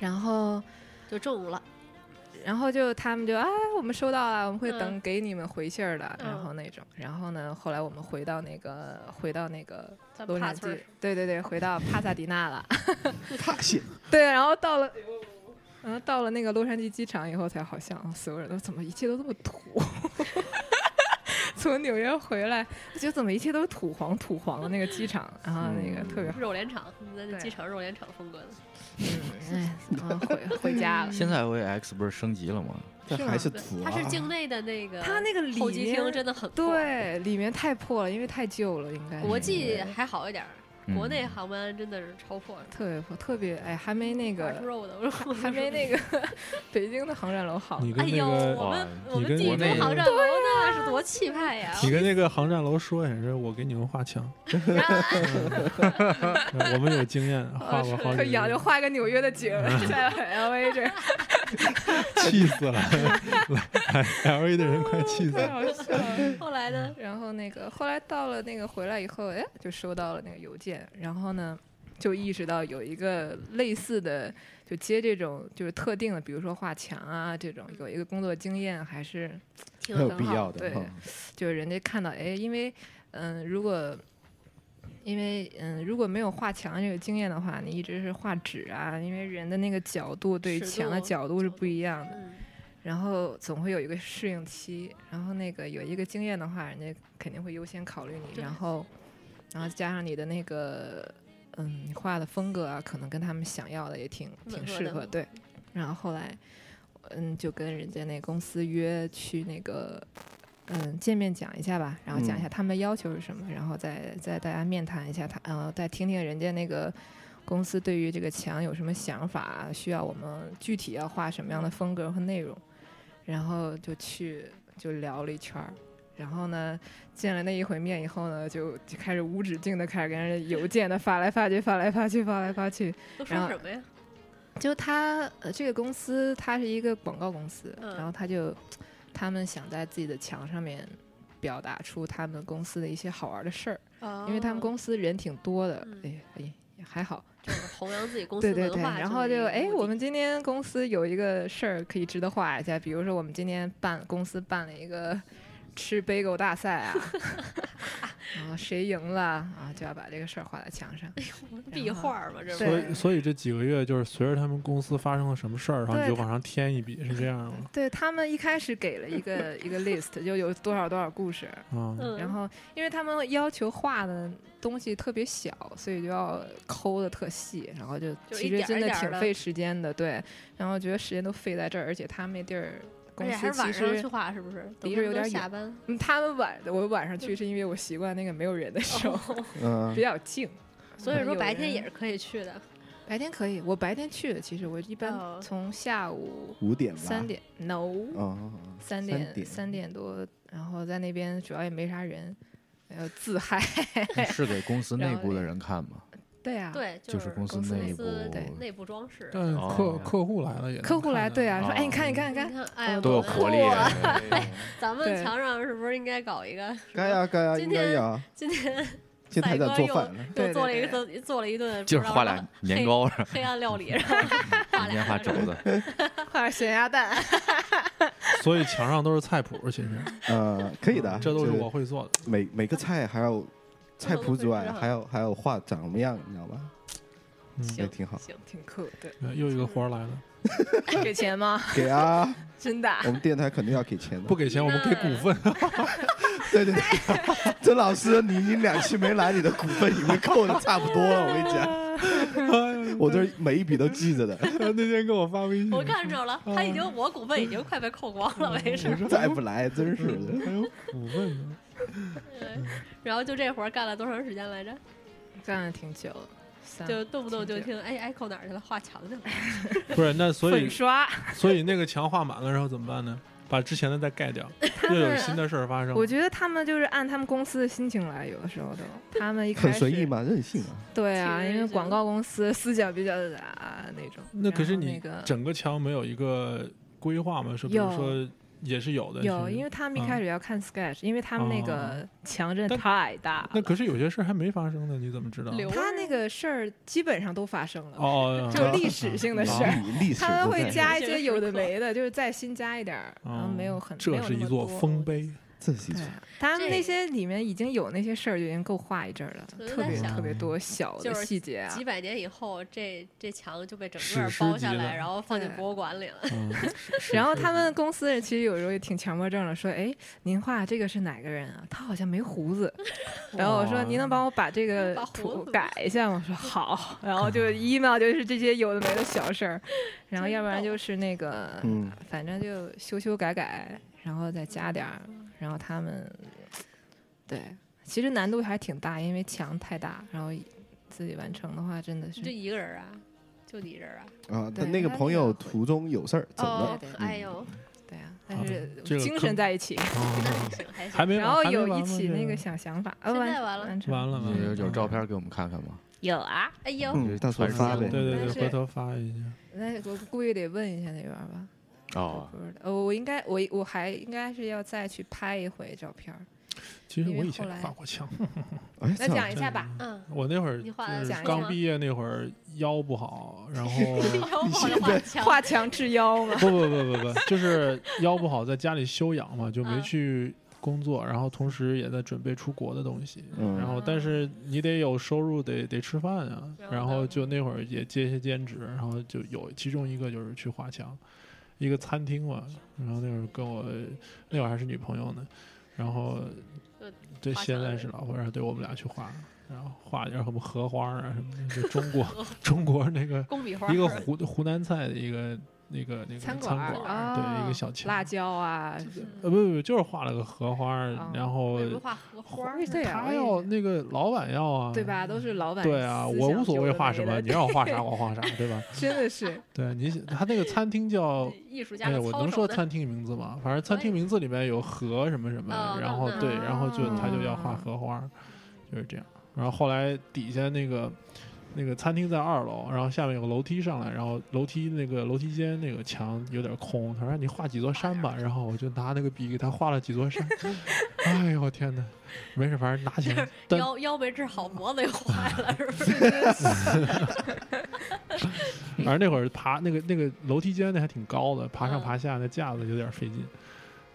Speaker 6: 然后，
Speaker 3: 就中了，
Speaker 6: 然后就他们就啊，我们收到了，我们会等
Speaker 3: 嗯
Speaker 6: 给你们回信儿的，然
Speaker 3: 嗯
Speaker 6: 后那种。然后呢，后来我们回到那个，回到那个
Speaker 3: 咱
Speaker 6: 洛
Speaker 3: 帕
Speaker 6: 杉
Speaker 3: 村
Speaker 6: 矶
Speaker 3: 儿，
Speaker 6: 对对对，回到帕萨迪纳了。
Speaker 2: 他写
Speaker 6: 对，然后到了。然后到了那个洛杉矶机场以后，才好像哦所有人都怎么一切都这么土。 *laughs* 从纽约回来，我觉得怎么一切都土黄土黄的那个机场，然后那个
Speaker 2: 嗯
Speaker 6: 特别
Speaker 3: 肉联厂，咱这
Speaker 6: 对
Speaker 3: 机场肉联厂风格的，
Speaker 6: 哎，然后回回家 *laughs* 了。
Speaker 5: 现在 OAX 不是升级了吗？
Speaker 2: 这
Speaker 6: 是
Speaker 2: 还
Speaker 6: 吗
Speaker 2: 是
Speaker 3: 对
Speaker 2: 土啊，哎
Speaker 3: 它
Speaker 2: *laughs*
Speaker 3: 是境内的那个，
Speaker 6: 它那个
Speaker 3: 候
Speaker 6: 里
Speaker 3: 机厅
Speaker 6: 面
Speaker 3: 真的很破，
Speaker 6: 对里面太破了，因为太旧了，应该
Speaker 3: 国际还好一点儿，
Speaker 5: 嗯
Speaker 3: 国内航班真的是超破的，
Speaker 6: 特别破，特别哎，还没那
Speaker 3: 玩出
Speaker 6: 个
Speaker 3: 肉的，我说
Speaker 6: 还没那个 *laughs* 北京的航站楼好。
Speaker 4: 你跟
Speaker 3: 哎
Speaker 4: 那
Speaker 3: 呦，
Speaker 4: 个，
Speaker 2: 啊
Speaker 3: 我们
Speaker 4: 哇
Speaker 3: 我
Speaker 4: 你
Speaker 3: 们
Speaker 4: 跟
Speaker 3: 第一
Speaker 5: 国
Speaker 3: 中
Speaker 5: 内
Speaker 3: 航站楼
Speaker 6: 啊
Speaker 3: 那是多气派呀！
Speaker 4: 你跟那个航站楼说一声，我给你们画
Speaker 6: *laughs*
Speaker 4: 墙。嗯我们有经验，画过
Speaker 6: *laughs*
Speaker 4: 好
Speaker 6: 可
Speaker 4: 几
Speaker 6: 以啊，就
Speaker 4: 个，嗯
Speaker 6: 画一个纽约的景， *laughs* 在 L A 这儿，
Speaker 4: *laughs* 气死了！L A 的人快 *laughs* 气死
Speaker 6: 太
Speaker 4: *laughs* 了。
Speaker 6: 好笑了。
Speaker 3: 后来呢？
Speaker 6: 然后那个后来到了那个回来以后，哎，就收到了那个邮件，然后呢，就意识到有一个类似的，就接这种就是特定的，比如说画墙啊这种，有一个工作经验还是
Speaker 3: 挺
Speaker 2: 很有
Speaker 6: 很
Speaker 2: 必
Speaker 6: 好
Speaker 2: 要的
Speaker 6: 对
Speaker 2: 哈。
Speaker 6: 就是人家看到，哎，因为，嗯，如果，因为，嗯，如果没有画墙这个经验的话，你一直是画纸啊，因为人的那个角度对于
Speaker 3: 尺
Speaker 6: 墙的
Speaker 3: 度
Speaker 6: 角度是
Speaker 3: 角
Speaker 6: 不
Speaker 3: 度
Speaker 6: 一样的，
Speaker 3: 嗯，
Speaker 6: 然后总会有一个适应期，然后那个有一个经验的话，人家肯定会优先考虑你，
Speaker 3: 对
Speaker 6: 然后，然后加上你的那个，嗯，你画的风格啊，可能跟他们想要的也挺
Speaker 3: 吻
Speaker 6: 挺
Speaker 3: 合
Speaker 6: 适
Speaker 3: 的
Speaker 6: 合，对。然后后来，嗯，就跟人家那公司约去那个，嗯，见面讲一下吧，然后讲一下他们的要求是什么，然后再再大家面谈一下他，然后再听听人家那个公司对于这个墙有什么想法，需要我们具体要画什么样的风格和内容，然后就去就聊了一圈儿。然后呢，见了那一回面以后呢，就就开始无止境的开始跟人家邮件的发来发去，发来发去，发来发去。
Speaker 3: 都说
Speaker 6: 然后
Speaker 3: 什么呀？
Speaker 6: 就他呃，这个公司它是一个广告公司，
Speaker 3: 嗯
Speaker 6: 然后他就他们想在自己的墙上面表达出他们公司的一些好玩的事儿，因为他们
Speaker 3: 公
Speaker 6: 公司人挺多的，
Speaker 3: 哦嗯
Speaker 6: 哎哎也还好，
Speaker 3: 就是弘扬自己公司
Speaker 6: 对对
Speaker 3: 文
Speaker 6: 对，
Speaker 3: 化，
Speaker 6: 然后就哎，我们
Speaker 3: 这
Speaker 6: 今天公司有一个事儿可以值得画一下，比如说
Speaker 3: *laughs*
Speaker 6: 我们今天办公司办了一个吃 bagel 大赛啊，啊，谁赢了啊，就要把这个事儿画在墙
Speaker 3: *laughs*
Speaker 6: 上。
Speaker 3: 壁画儿嘛，这不
Speaker 6: 对啊
Speaker 4: 所
Speaker 3: 是
Speaker 4: 以所以这几个月就是随着他们公司发生了什么事儿，然后你
Speaker 6: 对
Speaker 4: 就往上添一笔，是这样吗？
Speaker 6: 对他们一开始给了一个一个 list，就有多少多少故事，
Speaker 4: 啊、
Speaker 3: 嗯，
Speaker 6: 然后因为他们要求画的东西特别小，所以就要抠的特细，然后就
Speaker 3: 就
Speaker 6: 其实
Speaker 3: 一点儿
Speaker 6: 真
Speaker 3: 一
Speaker 6: 的
Speaker 3: 点儿
Speaker 6: 挺
Speaker 3: 的
Speaker 6: 费时间的，对。然后觉得时间都费在这儿，而且他们那地儿
Speaker 3: 而
Speaker 6: 公
Speaker 3: 且还
Speaker 6: 司
Speaker 3: 是晚
Speaker 6: 其
Speaker 3: 上去
Speaker 6: 实。
Speaker 3: 画，是不是？等
Speaker 6: 离
Speaker 3: 他
Speaker 6: 着
Speaker 3: 们
Speaker 6: 有
Speaker 3: 都
Speaker 6: 点
Speaker 3: 下
Speaker 6: 远
Speaker 3: 班，
Speaker 6: 嗯，他们晚，我晚上去是因为我习惯那个没有人的时
Speaker 3: 哦
Speaker 6: 候，
Speaker 2: 嗯
Speaker 6: 比，较静。
Speaker 3: 所
Speaker 6: 嗯
Speaker 3: 以说白天也
Speaker 6: 是
Speaker 3: 是可以去的。
Speaker 6: 白天可以，我白天去的，其实我一
Speaker 3: 哦
Speaker 6: 般从下午
Speaker 2: 五点吧，
Speaker 6: 三点，no，
Speaker 2: 哦，哦，哦
Speaker 6: 三
Speaker 2: 三
Speaker 6: 点
Speaker 2: 点
Speaker 6: 三点多，然后在那边主要也没啥人，呃，自嗨。
Speaker 5: 是给公司内
Speaker 6: 然后
Speaker 5: 部的
Speaker 6: 那
Speaker 5: 人看吗？
Speaker 6: 对啊，
Speaker 3: *laughs* 对，
Speaker 5: 就是是公司
Speaker 6: 公司
Speaker 5: 内
Speaker 3: 内
Speaker 5: 部
Speaker 6: 对
Speaker 3: 内部装饰。
Speaker 4: 但
Speaker 5: 哦
Speaker 4: 客客户来了也能
Speaker 6: 客户来，
Speaker 4: 看
Speaker 6: 对啊，
Speaker 5: 哦
Speaker 6: 说哎，你看，你看，
Speaker 3: 你
Speaker 6: 你看，
Speaker 3: 看，哎，
Speaker 5: 多有
Speaker 3: 我们
Speaker 5: 活力！
Speaker 3: 哇
Speaker 5: 哎
Speaker 3: 咱们
Speaker 6: 对
Speaker 3: 墙上是不是应该搞一个？
Speaker 2: 该呀该呀，
Speaker 3: 今
Speaker 2: 应该
Speaker 3: 天
Speaker 2: 呀。
Speaker 3: *laughs*
Speaker 6: *laughs*
Speaker 3: 今天
Speaker 2: 现在还在做饭呢，
Speaker 3: 又
Speaker 6: 对
Speaker 3: 做了一
Speaker 6: 对
Speaker 3: 个做做了一顿，
Speaker 5: 就是
Speaker 3: 不知道
Speaker 5: 画俩年糕，然
Speaker 3: 黑暗料理，然后
Speaker 5: *laughs* 后明天画肘子，
Speaker 6: 画点咸鸭 *laughs* 蛋，
Speaker 4: 所以墙上都是菜谱，其实
Speaker 2: 呃，可以的，
Speaker 4: 这都是
Speaker 2: 就
Speaker 4: 我会做的。
Speaker 2: 每每个菜还有菜谱之
Speaker 3: 这
Speaker 2: 外，
Speaker 3: 都会
Speaker 2: 还有还有画长什么样，你知道吧？
Speaker 4: 嗯，
Speaker 2: 也挺好，
Speaker 3: 行，
Speaker 6: 挺酷的。
Speaker 4: 对又一个活儿来了，
Speaker 6: *laughs* 给钱吗？
Speaker 2: 给啊，
Speaker 6: *laughs* 真的啊？
Speaker 2: 我们电台肯定要给钱的。
Speaker 4: 不，给钱我们给股份。
Speaker 2: *laughs*
Speaker 4: *laughs*
Speaker 2: 对对对， *laughs* 曾老师，你已经两期没来，你的股份已经扣的差不多了，我跟你讲，我这每一笔都记着的。
Speaker 4: 哎那天给我发微信，
Speaker 3: 我看着了，
Speaker 5: 嗯
Speaker 3: 他已经我股份已经快被扣光了，没事儿。
Speaker 2: 再不来，真是
Speaker 6: 嗯
Speaker 2: 的。
Speaker 4: 还有股份呢。
Speaker 3: 对然后就这活儿干了多长时间来着？
Speaker 6: 干了挺久了，
Speaker 5: 嗯
Speaker 6: 三
Speaker 3: 就动不动就
Speaker 6: 挺久
Speaker 3: 听哎，Echo 哪儿去了？画墙去了。
Speaker 4: 不是，那所以
Speaker 6: 粉刷。
Speaker 4: 所以那个墙画满了，然后怎么办呢？把之前的再
Speaker 6: *laughs*
Speaker 4: 盖掉，又有新的事儿发生。
Speaker 6: 我觉得他们就是按他们公司的心情来，有的时候都
Speaker 4: *laughs*
Speaker 6: 他们一开
Speaker 2: 很
Speaker 6: 始
Speaker 2: 随意？嘛，任性啊！
Speaker 6: 对啊，
Speaker 3: 其实
Speaker 6: 因为
Speaker 3: 就
Speaker 6: 广告公司 *laughs* 思想比较杂那种。
Speaker 4: 那可是
Speaker 6: 然后
Speaker 4: 你
Speaker 6: 那个
Speaker 4: 整个墙没有一个规划吗？是比如
Speaker 6: 有
Speaker 4: 说也是有的，
Speaker 6: 有，
Speaker 4: 其实
Speaker 6: 因为他们一开始要看 sketch，、因为他们那个墙真的
Speaker 4: 但
Speaker 6: 太大
Speaker 4: 那
Speaker 6: 了。
Speaker 4: 可是有些事儿还没发生呢，你怎么知道？
Speaker 3: 留着
Speaker 6: 他那个事儿基本上都发生了，*laughs*
Speaker 4: 哦，
Speaker 6: 就历史性的事儿。
Speaker 2: 历历史
Speaker 6: 他们
Speaker 2: 都
Speaker 6: 会
Speaker 2: 在
Speaker 6: 加一些有的没的，就是再新加一点儿，
Speaker 4: 哦
Speaker 6: 然后没有很没
Speaker 4: 这
Speaker 6: 有
Speaker 4: 是
Speaker 6: 那
Speaker 4: 一
Speaker 6: 么
Speaker 4: 座
Speaker 6: 多 *laughs*
Speaker 4: 丰。碑。
Speaker 2: 这是一
Speaker 6: 对
Speaker 2: 种，
Speaker 6: 他们
Speaker 3: 这
Speaker 6: 那些里面已经有那些事儿，就已经够画一阵儿了，
Speaker 3: 我就
Speaker 6: 特
Speaker 3: 在
Speaker 6: 别
Speaker 3: 想
Speaker 6: 特别多小
Speaker 3: 就
Speaker 6: 的
Speaker 3: 是
Speaker 6: 细节啊
Speaker 3: 几。百年以后，这这墙就被整
Speaker 4: 史
Speaker 3: 个
Speaker 4: 诗
Speaker 3: 包
Speaker 4: 级
Speaker 3: 下
Speaker 4: 的
Speaker 3: 来，然后放进
Speaker 6: 对
Speaker 3: 博物馆里了。
Speaker 4: 嗯，
Speaker 6: 然后他们公司人其实有时候也挺强迫症的，说：“哎，您画这个是哪个人啊？他好像没胡
Speaker 3: *laughs*
Speaker 6: 子。”然后我说：“您能帮我把这个
Speaker 3: 把胡
Speaker 6: 图
Speaker 3: 子
Speaker 6: 改一下
Speaker 3: *laughs*
Speaker 6: 吗？”我说：“好。”然后就 email 就是这些有的没的小事儿，然后要不然就是那
Speaker 3: *laughs*
Speaker 6: 个，
Speaker 2: 嗯，
Speaker 6: 反正就修修改改，然后再加点儿。然后他们，对，其实难度还挺大，因为墙太大，然后自己完成的话真的是
Speaker 3: 你就。一个人儿啊？就你一人儿啊？
Speaker 2: 啊，
Speaker 6: 对
Speaker 2: 但那个
Speaker 6: 他
Speaker 2: 朋
Speaker 6: 那
Speaker 2: 友
Speaker 6: 个
Speaker 2: 途中有事儿走了
Speaker 3: 哦，
Speaker 6: 对对，
Speaker 3: 哎呦，
Speaker 6: 对啊，
Speaker 4: 好
Speaker 6: 但
Speaker 4: 的
Speaker 6: 是
Speaker 4: 这个
Speaker 6: 精
Speaker 4: 坑
Speaker 6: 神在一起，
Speaker 4: 哦
Speaker 3: 还行还行。
Speaker 4: 还没完
Speaker 6: 然后
Speaker 4: 还没
Speaker 6: 有
Speaker 4: 完
Speaker 6: 一
Speaker 4: 吗
Speaker 6: 起
Speaker 4: 这
Speaker 6: 那个
Speaker 4: 个
Speaker 6: 想想法，
Speaker 3: 现
Speaker 6: 呃
Speaker 3: 在完了
Speaker 6: 成
Speaker 4: 完了完
Speaker 5: 有
Speaker 4: 了，
Speaker 5: 有照片给我们看看吗？
Speaker 6: 有啊，
Speaker 3: 哎呦，
Speaker 2: 嗯，到时候发呗。
Speaker 4: 对对
Speaker 3: 但
Speaker 4: 对，
Speaker 3: 是
Speaker 4: 回头发一下。
Speaker 6: 那我估计得问一下那边儿吧。
Speaker 5: 哦，
Speaker 4: 啊
Speaker 6: 不知道，呃我应该我我还应该是要再去拍一回照片
Speaker 4: *laughs*
Speaker 6: 儿。
Speaker 4: 其实
Speaker 6: 因为
Speaker 4: 我以前
Speaker 6: 后
Speaker 4: 也
Speaker 6: 来
Speaker 4: 画过墙，
Speaker 2: 哎，
Speaker 6: 那
Speaker 2: 这
Speaker 6: 讲
Speaker 2: 样
Speaker 6: 一下吧，
Speaker 3: 嗯，
Speaker 4: 我那会儿
Speaker 3: 你画的
Speaker 4: 就是
Speaker 6: 讲一下
Speaker 4: 刚
Speaker 3: 吗
Speaker 4: 毕业那会儿腰不好，
Speaker 6: *laughs*
Speaker 4: 然后
Speaker 3: 腰不好就嗯 *laughs* 画墙，
Speaker 6: 画墙治腰
Speaker 4: *laughs*
Speaker 6: 嘛。
Speaker 4: 不不不不不，就是腰不好，在家里休养嘛，就没
Speaker 3: 嗯
Speaker 4: 去工作，然后同时也在准备出国的东西。
Speaker 2: 嗯
Speaker 4: 然后，但是你得有收入，得得吃饭啊。然后就那会儿也接一些兼职，然后就有其中一个就是去华强，一个餐厅嘛。然后那会儿跟我那会儿还是女朋友呢，然后
Speaker 3: 呃
Speaker 4: 这
Speaker 3: 华强
Speaker 4: 现在
Speaker 3: 的
Speaker 4: 是老婆，然后对我们俩去画，然后画点儿什么荷花啊什么的，就
Speaker 3: *laughs*
Speaker 4: 中国
Speaker 3: 哦
Speaker 4: 中国那个
Speaker 3: 工笔画
Speaker 4: 一个
Speaker 3: 儿
Speaker 4: 湖湖南菜的一个那个那个
Speaker 6: 餐馆
Speaker 4: 馆儿，
Speaker 6: 儿
Speaker 4: 对一
Speaker 6: 哦
Speaker 4: 个小墙，
Speaker 6: 辣椒啊，
Speaker 4: 呃
Speaker 3: 嗯
Speaker 4: 不不不，就是画了个荷花儿，
Speaker 6: 哦
Speaker 4: 然后
Speaker 3: 为什么画荷花儿呢？
Speaker 6: 对啊
Speaker 4: 他
Speaker 6: 我也
Speaker 4: 要
Speaker 6: 是
Speaker 4: 那个老板要啊，
Speaker 6: 对吧？都是老板。
Speaker 4: 对啊，我无所谓画什么，你让我画啥我画啥，对吧？
Speaker 6: *laughs*
Speaker 4: *laughs*
Speaker 6: 真的是
Speaker 4: 对你他那个餐厅叫。
Speaker 3: 艺术家
Speaker 4: 哎呀，
Speaker 3: 的
Speaker 4: 我
Speaker 3: 操
Speaker 4: 能
Speaker 3: 守 *laughs*
Speaker 4: 说
Speaker 3: 呢？
Speaker 4: 餐厅名字吗？反正餐厅名字里面有荷什么什么，
Speaker 3: 哦
Speaker 4: 然后
Speaker 3: 那
Speaker 4: 对，然后就他就要画
Speaker 6: 啊
Speaker 4: 荷花儿，就是这样。然后后来底下那个那个餐厅在二楼，然后下面有个楼梯上来，然后楼梯那个楼梯间那个墙有点空，他说哎你画几座山吧，然后我就拿那个笔给他画了几座山。哎呦我天哪，没事，反正拿
Speaker 3: *laughs*
Speaker 4: 起来，但
Speaker 3: 腰腰没治好，脖子又坏了，是不是？
Speaker 4: 反正那会儿爬那个那个楼梯间那还挺高的，爬上
Speaker 3: 嗯
Speaker 4: 爬下那架子有点费劲，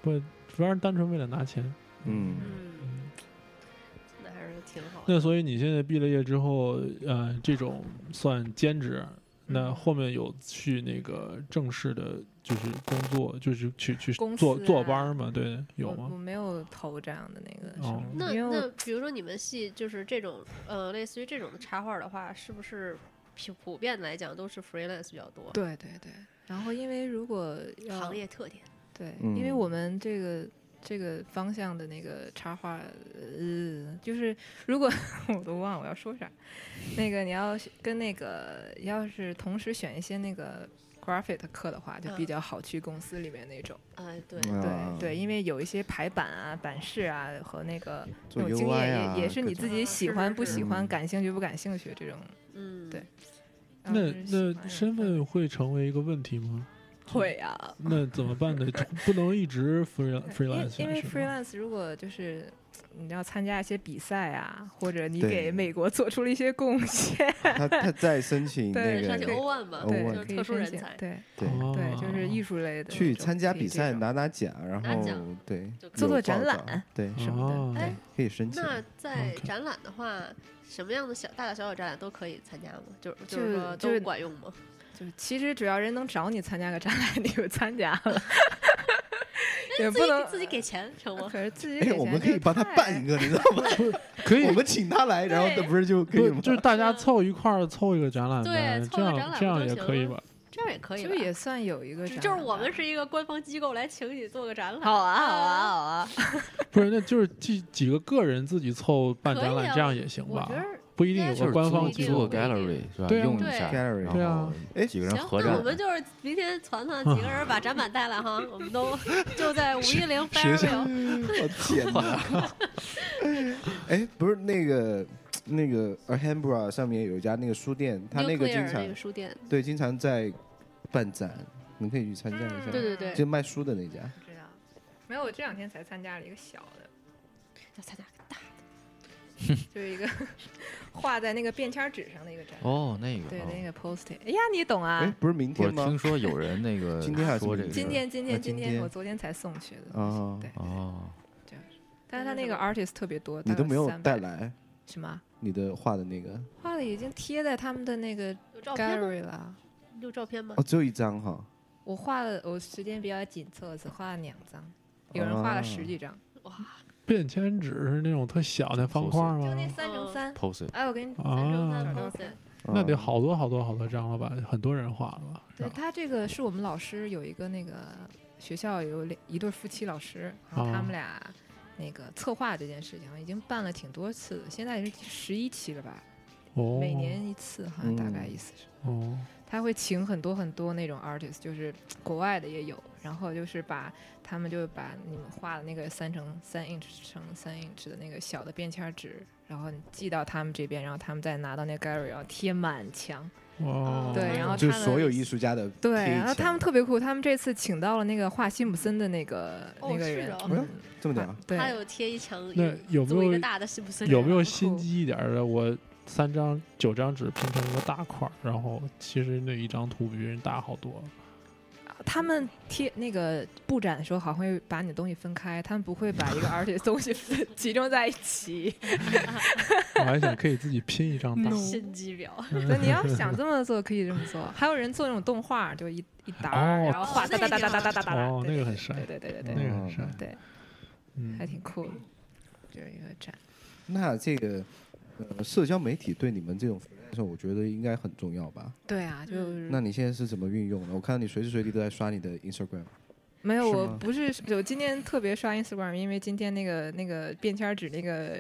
Speaker 4: 不，主要是单纯为了拿钱。
Speaker 2: 嗯，
Speaker 3: 嗯，那挺好的。
Speaker 4: 那所以你现在毕了业之后，呃，这种算兼职，那
Speaker 6: 嗯
Speaker 4: 后面有去那个正式的，就是工作，就是去去
Speaker 6: 公司
Speaker 4: 做做
Speaker 6: 啊
Speaker 4: 班儿吗？对，有
Speaker 6: 我我
Speaker 4: 吗？
Speaker 6: 没有投这样的那个什
Speaker 4: 哦
Speaker 6: 么，
Speaker 3: 那
Speaker 6: 因为
Speaker 3: 那
Speaker 6: 我
Speaker 3: 比如说你们系就是这种呃，类似于这种的插画的话，是不是普普遍来讲都是 freelance 比较多？
Speaker 6: 对对对。然后因为如果要
Speaker 3: 行业特点。
Speaker 6: 对，
Speaker 2: 嗯
Speaker 6: 因为我们这个这个方向的那个插画，呃，就是如果 *laughs* 我都忘了我要说啥，那个你要是跟那个要是同时选一些那个 graphic 的课的话，就比
Speaker 3: 嗯
Speaker 6: 较好去公司里面那种。
Speaker 3: 哎，对，
Speaker 2: 啊
Speaker 6: 对对，因为有一些排版啊、版式啊和那个
Speaker 2: 做
Speaker 6: 那种经
Speaker 2: UI
Speaker 6: 验，
Speaker 2: 啊
Speaker 6: 也也是
Speaker 2: 各
Speaker 6: 你
Speaker 2: 种
Speaker 6: 自己
Speaker 3: 啊
Speaker 6: 喜
Speaker 3: 是
Speaker 6: 欢
Speaker 3: 是
Speaker 6: 不
Speaker 3: 是
Speaker 6: 喜欢、
Speaker 2: 嗯
Speaker 6: 感兴趣不感兴趣这种。
Speaker 3: 嗯，
Speaker 6: 对要
Speaker 4: 那
Speaker 6: 是喜欢
Speaker 4: 那
Speaker 6: 的
Speaker 4: 身份会成为一个问题吗？
Speaker 6: *laughs* 会啊，
Speaker 4: 那怎么办
Speaker 6: *laughs*
Speaker 4: 呢？不能一直 free
Speaker 6: 因为
Speaker 4: *laughs* freelance
Speaker 6: 因
Speaker 4: 下
Speaker 6: 为
Speaker 4: 去吗。
Speaker 6: freelance 如果就是你要参加一些比赛啊，或者你
Speaker 2: 对
Speaker 6: 给美国做出了一些贡
Speaker 2: *laughs*
Speaker 6: 献，
Speaker 2: 他他在申请那
Speaker 6: 对
Speaker 2: 个
Speaker 3: 上去
Speaker 6: 对
Speaker 3: O one 嘛，
Speaker 2: 欧
Speaker 6: 对，
Speaker 2: 文
Speaker 3: 就是
Speaker 6: 可以
Speaker 3: 特殊
Speaker 6: 申
Speaker 3: 人
Speaker 6: 请
Speaker 3: 才
Speaker 6: 对
Speaker 2: 对
Speaker 6: 对，就是艺
Speaker 4: 术
Speaker 6: 术类的
Speaker 2: 去
Speaker 6: 这种
Speaker 2: 参加
Speaker 6: 可以
Speaker 2: 比
Speaker 6: 这
Speaker 2: 赛
Speaker 6: 种
Speaker 2: 拿拿奖，然
Speaker 3: 拿
Speaker 2: 后
Speaker 3: 奖
Speaker 2: 对
Speaker 3: 就可以
Speaker 6: 做
Speaker 2: 有
Speaker 6: 做展
Speaker 2: 报道
Speaker 6: 览
Speaker 2: 对
Speaker 6: 什么的
Speaker 4: 哦
Speaker 3: 哎
Speaker 2: 可以申请。
Speaker 3: 那在
Speaker 4: OK
Speaker 3: 展览的话，什么样的小大大小小展览都可以参加吗？就是就
Speaker 6: 就是
Speaker 3: 说
Speaker 6: 就是
Speaker 3: 都管用吗？
Speaker 6: 就是其实只要人能找你参加个展览，你就参加了，也
Speaker 3: 自
Speaker 6: 不
Speaker 3: 己
Speaker 6: 能
Speaker 3: 给自己给钱
Speaker 6: *laughs*
Speaker 3: 成吗？
Speaker 6: 可是自己给
Speaker 2: 哎，
Speaker 6: 钱
Speaker 2: 我们可以
Speaker 6: 就
Speaker 2: 帮他
Speaker 6: 太
Speaker 2: 办一个，你知道吗？
Speaker 4: 可以
Speaker 2: *laughs* 我，们请他来，然后
Speaker 3: 对
Speaker 2: 那不是就可以
Speaker 4: 不
Speaker 2: 吗？
Speaker 4: 就是
Speaker 6: *laughs*
Speaker 4: 大家
Speaker 6: 啊
Speaker 4: 凑一块儿凑一个展览
Speaker 3: 对
Speaker 4: 呗，
Speaker 3: 凑
Speaker 4: 这
Speaker 3: 个展
Speaker 4: 样
Speaker 3: 览不
Speaker 4: 这样
Speaker 3: 就
Speaker 4: 也
Speaker 3: 行
Speaker 4: 可以
Speaker 3: 了
Speaker 4: 吧？
Speaker 6: *laughs*
Speaker 3: 这样也可以
Speaker 6: 其
Speaker 3: 吧，
Speaker 6: 实也算有一个
Speaker 3: 就
Speaker 6: 展览吧，
Speaker 3: 就是我们是一个官方机构来请你做个展览，
Speaker 6: 好啊好啊好啊，
Speaker 4: 不是，那就是几几个个人自己凑办
Speaker 3: 可
Speaker 4: 展
Speaker 3: 以
Speaker 4: 览，
Speaker 3: 啊
Speaker 4: 这样也行
Speaker 3: 我觉
Speaker 4: 吧？
Speaker 3: 得
Speaker 4: 不一定有
Speaker 5: 就
Speaker 4: 个
Speaker 5: 是
Speaker 4: 官方
Speaker 5: 租
Speaker 3: 机
Speaker 4: 机
Speaker 3: 构
Speaker 5: 租
Speaker 4: 构
Speaker 5: 个 gallery 是吧？
Speaker 4: 对啊
Speaker 5: 用一
Speaker 3: 对
Speaker 5: 下
Speaker 2: gallery
Speaker 5: 然
Speaker 4: 对啊
Speaker 5: 后
Speaker 2: 哎
Speaker 5: 几个人
Speaker 3: 行，
Speaker 5: 合
Speaker 3: 那我
Speaker 5: 展，
Speaker 3: 们就是明天团
Speaker 4: *laughs*
Speaker 3: 团几个人把展板带来哈，我
Speaker 6: *laughs*
Speaker 3: 们都就在五一零 Fairview，
Speaker 2: 我 *laughs* 天哪！ *laughs* 哎，不是那个那个 Alhambra 上面有一家那个书店，他那个经
Speaker 3: Nuclear
Speaker 2: 常
Speaker 3: 那个书店，
Speaker 2: 对经常在办展，你可以去参加一下。
Speaker 3: 对对对，
Speaker 2: 就卖书的那家，
Speaker 6: 知道，没有，我这两天才参加了一个小的，
Speaker 3: 要参加个大的，
Speaker 6: 就是一个画在那个便签纸上的一个展览。
Speaker 5: 哦，那个
Speaker 6: 对，
Speaker 5: 哦
Speaker 6: 那个 post，哎呀，你懂
Speaker 2: 哎
Speaker 6: 啊？，
Speaker 2: 不是明
Speaker 5: 我
Speaker 2: 天吗
Speaker 5: 听？说有人那个
Speaker 2: 今天还是
Speaker 5: 说
Speaker 2: 明
Speaker 5: 这
Speaker 2: 天
Speaker 5: 个事
Speaker 6: 今
Speaker 5: 儿
Speaker 6: 天，今天，
Speaker 2: 啊今
Speaker 6: 天，
Speaker 2: 天
Speaker 6: 我昨天才送去的东西。
Speaker 2: 哦，
Speaker 6: 对，
Speaker 5: 哦，
Speaker 6: 但是他那个 artist 特别多，
Speaker 2: 你
Speaker 6: 大概
Speaker 2: 都没有
Speaker 6: 300
Speaker 2: 带来
Speaker 6: 什么？
Speaker 2: 你的画的那个
Speaker 6: 画的已经贴在他们的那个
Speaker 3: 有照片吗？
Speaker 6: gallery 了。
Speaker 3: 有照片吗
Speaker 2: 哦，？只有一张哈。
Speaker 6: 我画了，我时间比较紧凑，我只画了两张，有人画了十几张，
Speaker 3: 哇，
Speaker 4: 便签纸是那种特小的方块
Speaker 2: 哦
Speaker 6: 就
Speaker 4: 吗？
Speaker 6: 那三乘三。
Speaker 5: pose
Speaker 6: 哎，我给你，
Speaker 3: 三乘
Speaker 4: 啊
Speaker 3: 三
Speaker 6: 啊
Speaker 3: pose，
Speaker 4: 那得
Speaker 2: 啊
Speaker 4: 好多好多好多张了吧？很多人画了吧？是
Speaker 6: 对
Speaker 4: 吧
Speaker 6: 他这个是我们老师有一个那个学校有两一对夫妻老师，然后
Speaker 4: 哦
Speaker 6: 他们俩那个策划这件事情已经办了挺多次了，现在也是十一期了吧，
Speaker 4: 哦，
Speaker 6: 每年一次，好像大概
Speaker 2: 嗯
Speaker 6: 意思是。
Speaker 4: 哦，
Speaker 6: 他会请很多很多那种 artist，就是国外的也有，然后就是把他们就把你们画的那个三乘三 inch 乘三 inch 的那个小的便签纸，然后你寄到他们这边，然后他们再拿到那个 gallery，然后贴满墙。啊
Speaker 4: 哦，
Speaker 6: 对，然后
Speaker 2: 就
Speaker 6: 他
Speaker 2: 是
Speaker 6: 们
Speaker 2: 所有艺术家的
Speaker 6: 对，
Speaker 2: 贴一
Speaker 6: 然后
Speaker 2: 起
Speaker 6: 他们特别酷，他们这次请到了那个画辛普森的那个、
Speaker 3: 哦
Speaker 6: 那个
Speaker 3: 是
Speaker 6: 人，
Speaker 3: 哦
Speaker 2: 哎呦这么屌
Speaker 6: 啊
Speaker 2: 啊，
Speaker 6: 对
Speaker 3: 他，有贴一墙，
Speaker 4: 那有
Speaker 3: 做一
Speaker 4: 没
Speaker 3: 个
Speaker 4: 有
Speaker 3: 大的辛普森，啊
Speaker 4: 有没有 *laughs*
Speaker 6: 很
Speaker 4: 心
Speaker 6: 酷
Speaker 4: 机一点儿的？我三张九张纸拼成一个大块儿，然后其实那一张图比别人大好多。
Speaker 6: 他们贴那个布展的时候，好像会把你的东西分开，他们不会把一个 *laughs* artist 东西分集中在一起。
Speaker 4: 我还想可以自己拼一张大
Speaker 6: No
Speaker 3: 嗯心机婊？
Speaker 6: *laughs*
Speaker 4: *laughs*
Speaker 6: 对，你要想这么做，可以这么做。还有人做那种动画，就一一沓儿，
Speaker 4: 哦
Speaker 6: 然后画哒哒哒哒哒哒哒哒哒。
Speaker 4: 哦
Speaker 6: 对
Speaker 4: 那个
Speaker 6: 对
Speaker 4: 很
Speaker 6: 对
Speaker 4: 帅
Speaker 6: 对对对对
Speaker 4: 那
Speaker 6: 对，
Speaker 4: 个很帅，
Speaker 6: 对
Speaker 4: 嗯
Speaker 6: 还，挺酷的。这是一个展，
Speaker 2: 那这个呃，社交媒体对你们这种 freelancer，我觉得应该很重要吧？
Speaker 6: 对啊，就是
Speaker 2: 那你现在是怎么运用的？我看到你随时随地都在刷你的 Instagram。
Speaker 6: 没有，
Speaker 2: 是
Speaker 6: 我
Speaker 2: 吗
Speaker 6: 不是我今天特别刷 Instagram，因为今天那个那个便签纸那个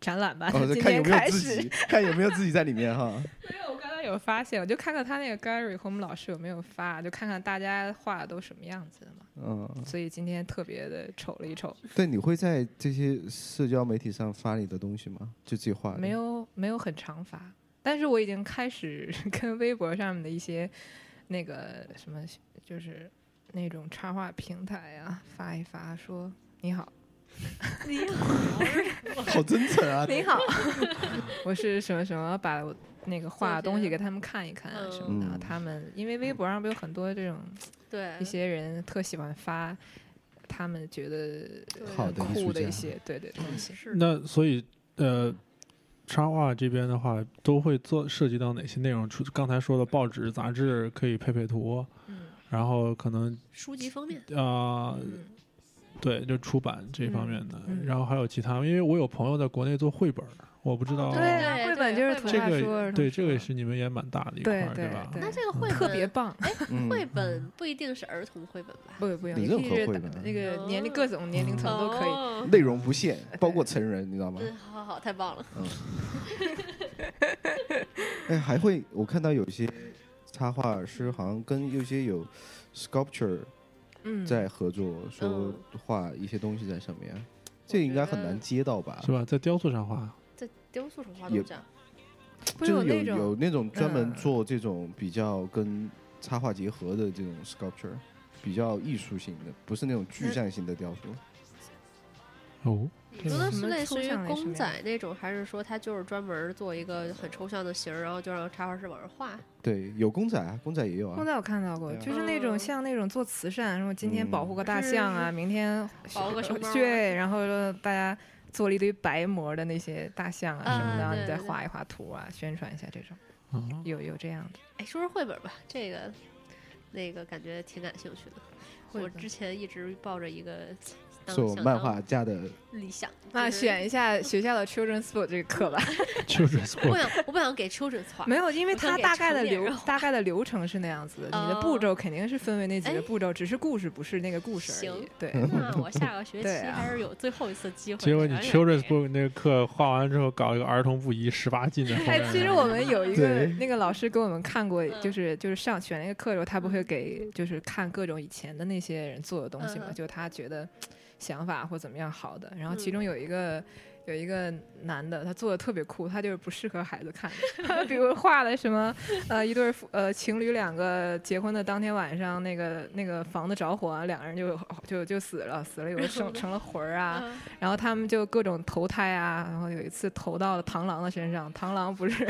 Speaker 6: 展览吧，
Speaker 2: 哦，
Speaker 6: 啊 *laughs* 今
Speaker 2: 看有
Speaker 6: 天
Speaker 2: 没
Speaker 6: 开
Speaker 2: 有自
Speaker 6: 始
Speaker 2: 己， *laughs* 看有没有自己在里面哈。
Speaker 6: *laughs* 没有，我刚刚有发现，我就看看他那个 Gary 和我们老师有没有发，就看看大家画的都什么样子的嘛。
Speaker 2: 嗯，
Speaker 6: 所以今天特别的瞅了一瞅，
Speaker 2: 对，你会在这些社交媒体上发你的东西吗？就自己画的？
Speaker 6: 没。有没有很常发，但是我已经开始 *laughs* 跟微博上面的一些那个什么，就是那种插画平台啊发一发说。你好，
Speaker 3: 你好，
Speaker 2: 好真
Speaker 6: *laughs*
Speaker 2: 诚啊！
Speaker 6: 你好，我是什么什么，把我那个画的东西给他们看一看啊什么的。然后
Speaker 2: 嗯
Speaker 6: 他们因为微博上不有很多这种
Speaker 3: 对
Speaker 6: 一，些人特喜欢发他们觉得呃
Speaker 3: 对
Speaker 2: 好的艺术
Speaker 6: 酷的一
Speaker 2: 家
Speaker 3: 嗯
Speaker 6: 些，对对东西。
Speaker 3: 是
Speaker 4: 那所以呃，插画这边的话，都会做涉及到哪些内容？除刚才说的报纸、杂志可以配配图，
Speaker 6: 嗯
Speaker 4: 然后可能
Speaker 3: 书籍封面，
Speaker 4: 啊、呃
Speaker 6: 嗯
Speaker 4: 对，就出版这方面的，
Speaker 6: 嗯嗯
Speaker 4: 然后还有其他，因为我有朋友在国内做绘本儿，我不知道、
Speaker 3: 哦
Speaker 6: 对
Speaker 3: 对
Speaker 6: 啊，绘
Speaker 3: 对
Speaker 6: 本就是
Speaker 3: 绘
Speaker 6: 图
Speaker 3: 本
Speaker 4: 这
Speaker 6: 画书啊儿
Speaker 4: 个
Speaker 6: 童
Speaker 4: 对
Speaker 6: 书
Speaker 4: 这个是你们也蛮大的一块
Speaker 6: 对
Speaker 4: 儿，
Speaker 6: 对
Speaker 4: 吧？
Speaker 3: 那这个绘本
Speaker 6: 特别棒，
Speaker 2: 嗯
Speaker 3: 绘本不一定是儿童绘本吧？
Speaker 6: 不不用，
Speaker 2: 你
Speaker 6: 你
Speaker 2: 任
Speaker 6: 可以
Speaker 2: 何
Speaker 6: 是
Speaker 2: 绘
Speaker 6: 打
Speaker 2: 本
Speaker 6: 那
Speaker 3: 哦
Speaker 6: 个年龄各种年龄层都可以。
Speaker 3: 以。
Speaker 2: 内容不限，包括成人，你知道吗？
Speaker 3: 嗯，好好好，太棒了！
Speaker 2: 哎，还会我看到有些插画师好像跟有些有 sculpture
Speaker 6: 嗯，
Speaker 2: 在合作，说画一些东西在上面，这应该很难接到吧
Speaker 4: 是？吧？在雕塑上画，
Speaker 3: 在雕塑上画
Speaker 2: 也
Speaker 3: 都这样，
Speaker 6: 不是
Speaker 2: 就
Speaker 6: 有那
Speaker 2: 是有
Speaker 6: 种
Speaker 2: 有那种专门
Speaker 6: 嗯
Speaker 2: 做这种比较跟插画结合的这种 sculpture，比较艺术性的，不是那种
Speaker 6: 嗯
Speaker 2: 具象性的雕塑。
Speaker 4: 哦，
Speaker 3: 你说的
Speaker 6: 什
Speaker 3: 是
Speaker 6: 么
Speaker 3: 类
Speaker 6: 抽
Speaker 3: 似于
Speaker 6: 象类什么
Speaker 3: 公
Speaker 6: 呀
Speaker 3: 仔那种，还是说他就是专门做一个很抽象的形儿，然后就让插画师往上画？
Speaker 2: 对，有公仔啊，公仔也有
Speaker 6: 公
Speaker 2: 啊。
Speaker 6: 仔我看到过，
Speaker 2: 对啊
Speaker 6: 就是那种
Speaker 3: 嗯
Speaker 6: 像那种做慈善，什么今天保护个大
Speaker 3: 是
Speaker 6: 象啊，
Speaker 3: 是
Speaker 6: 明天
Speaker 3: 保护个熊猫啊
Speaker 6: 对，然后说大家做了一堆白模的那些大象啊什么的，
Speaker 4: 嗯
Speaker 6: 然后
Speaker 3: 对
Speaker 6: 你再
Speaker 3: 对
Speaker 6: 画一画图啊，宣传一下这种，
Speaker 4: 嗯，
Speaker 6: 有有这样的。
Speaker 3: 哎，说说绘本吧，这个那个感觉挺感兴趣的。
Speaker 6: 绘
Speaker 3: 我
Speaker 6: 本
Speaker 3: 之前一直抱着一个当
Speaker 2: 做
Speaker 3: 想
Speaker 2: 漫
Speaker 3: 当
Speaker 2: 画家的，
Speaker 3: 理想，
Speaker 6: 那
Speaker 3: 就是
Speaker 6: 选一下学校的 children's book 这个
Speaker 3: *laughs*
Speaker 6: 课吧。
Speaker 4: 就是
Speaker 3: 我不
Speaker 4: sport，
Speaker 3: 想，我不想给 children 画。
Speaker 6: 没有，因为
Speaker 3: 我想
Speaker 6: 它
Speaker 3: 给
Speaker 6: 大概的
Speaker 3: 成年
Speaker 6: 流
Speaker 3: 人画
Speaker 6: 大概的流程是那样子的，你的步
Speaker 3: 哦
Speaker 6: 骤肯定是分为那几个
Speaker 3: 哎
Speaker 6: 步骤，只是故事不是那个故事而已
Speaker 3: 行。
Speaker 2: *laughs*
Speaker 6: 对，
Speaker 3: 那我下个学期
Speaker 6: 对啊
Speaker 3: 还是有最后一次机会。
Speaker 4: 结果你
Speaker 3: 想想
Speaker 4: children's
Speaker 3: 这个
Speaker 4: book 那个课画完之后，搞一个儿童不宜十八禁的封面
Speaker 6: 哎，
Speaker 4: 儿。
Speaker 6: 其实我们有一个
Speaker 2: 对
Speaker 6: 那个老师给我们看过，
Speaker 3: 嗯
Speaker 6: 就是就是上选那个课的时候，他不会给就是看各种以前的那些人做的东西嘛，
Speaker 3: 嗯
Speaker 6: 就他觉得想法或怎么样好的。然后
Speaker 3: 嗯
Speaker 6: 其中有一个有一个男的，他做的特别酷，他就是不适合孩子看的， *laughs* 比如画了什么呃一对夫呃情侣两个结婚的当天晚上，那个那个房子着火啊，两个人就就就死了，死了有的
Speaker 3: *laughs*
Speaker 6: 成成了魂儿啊，
Speaker 3: 嗯
Speaker 6: 然后他们就各种投胎啊，然后有一次投到了螳螂的身上，螳螂
Speaker 3: *laughs*
Speaker 6: 不是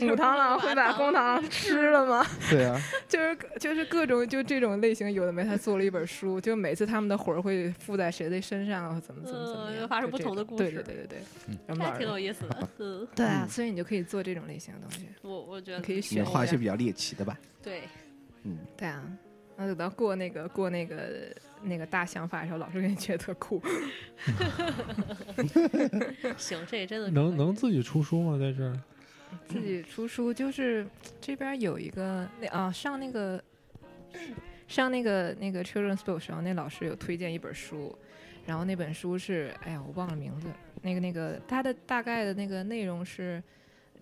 Speaker 6: 母螳螂会把公螳螂吃了吗？ *laughs*
Speaker 2: 对啊，
Speaker 6: 就是就是各种就这种类型有的没，他做了一本书，就每次他们的魂儿会附在谁的身上，或怎么怎么怎么
Speaker 3: 嗯
Speaker 6: 样，
Speaker 3: 又发生
Speaker 6: 就
Speaker 3: 不
Speaker 6: 这
Speaker 3: 同的
Speaker 6: 种
Speaker 3: 故
Speaker 6: 对
Speaker 3: 事
Speaker 6: 对对对对，
Speaker 5: 嗯
Speaker 6: 然后
Speaker 3: 这
Speaker 6: 玩
Speaker 3: 还挺
Speaker 6: 儿
Speaker 3: 有意思
Speaker 6: *laughs*
Speaker 3: 的。嗯，
Speaker 6: 对啊，所以你就可以做这种类型的东西，
Speaker 3: 我我觉
Speaker 6: 你
Speaker 3: 得
Speaker 6: 可以
Speaker 2: 你
Speaker 6: 选
Speaker 2: 画一些
Speaker 6: 下
Speaker 2: 比较猎奇的吧。
Speaker 3: 对，
Speaker 2: 嗯，
Speaker 6: 对啊，那等到过那个过那个那个大想法的时候，老师给你觉得特酷，
Speaker 3: 行，这真的
Speaker 4: 能能
Speaker 3: 做
Speaker 4: 自己出书吗？在这儿，
Speaker 6: 自己出书，就是这边儿有一个那啊上那个上那个那个 children's book 时候，那老师有推荐一本书，然后那本书是哎呀我忘了名字，那个那个它的大概的那个内容是。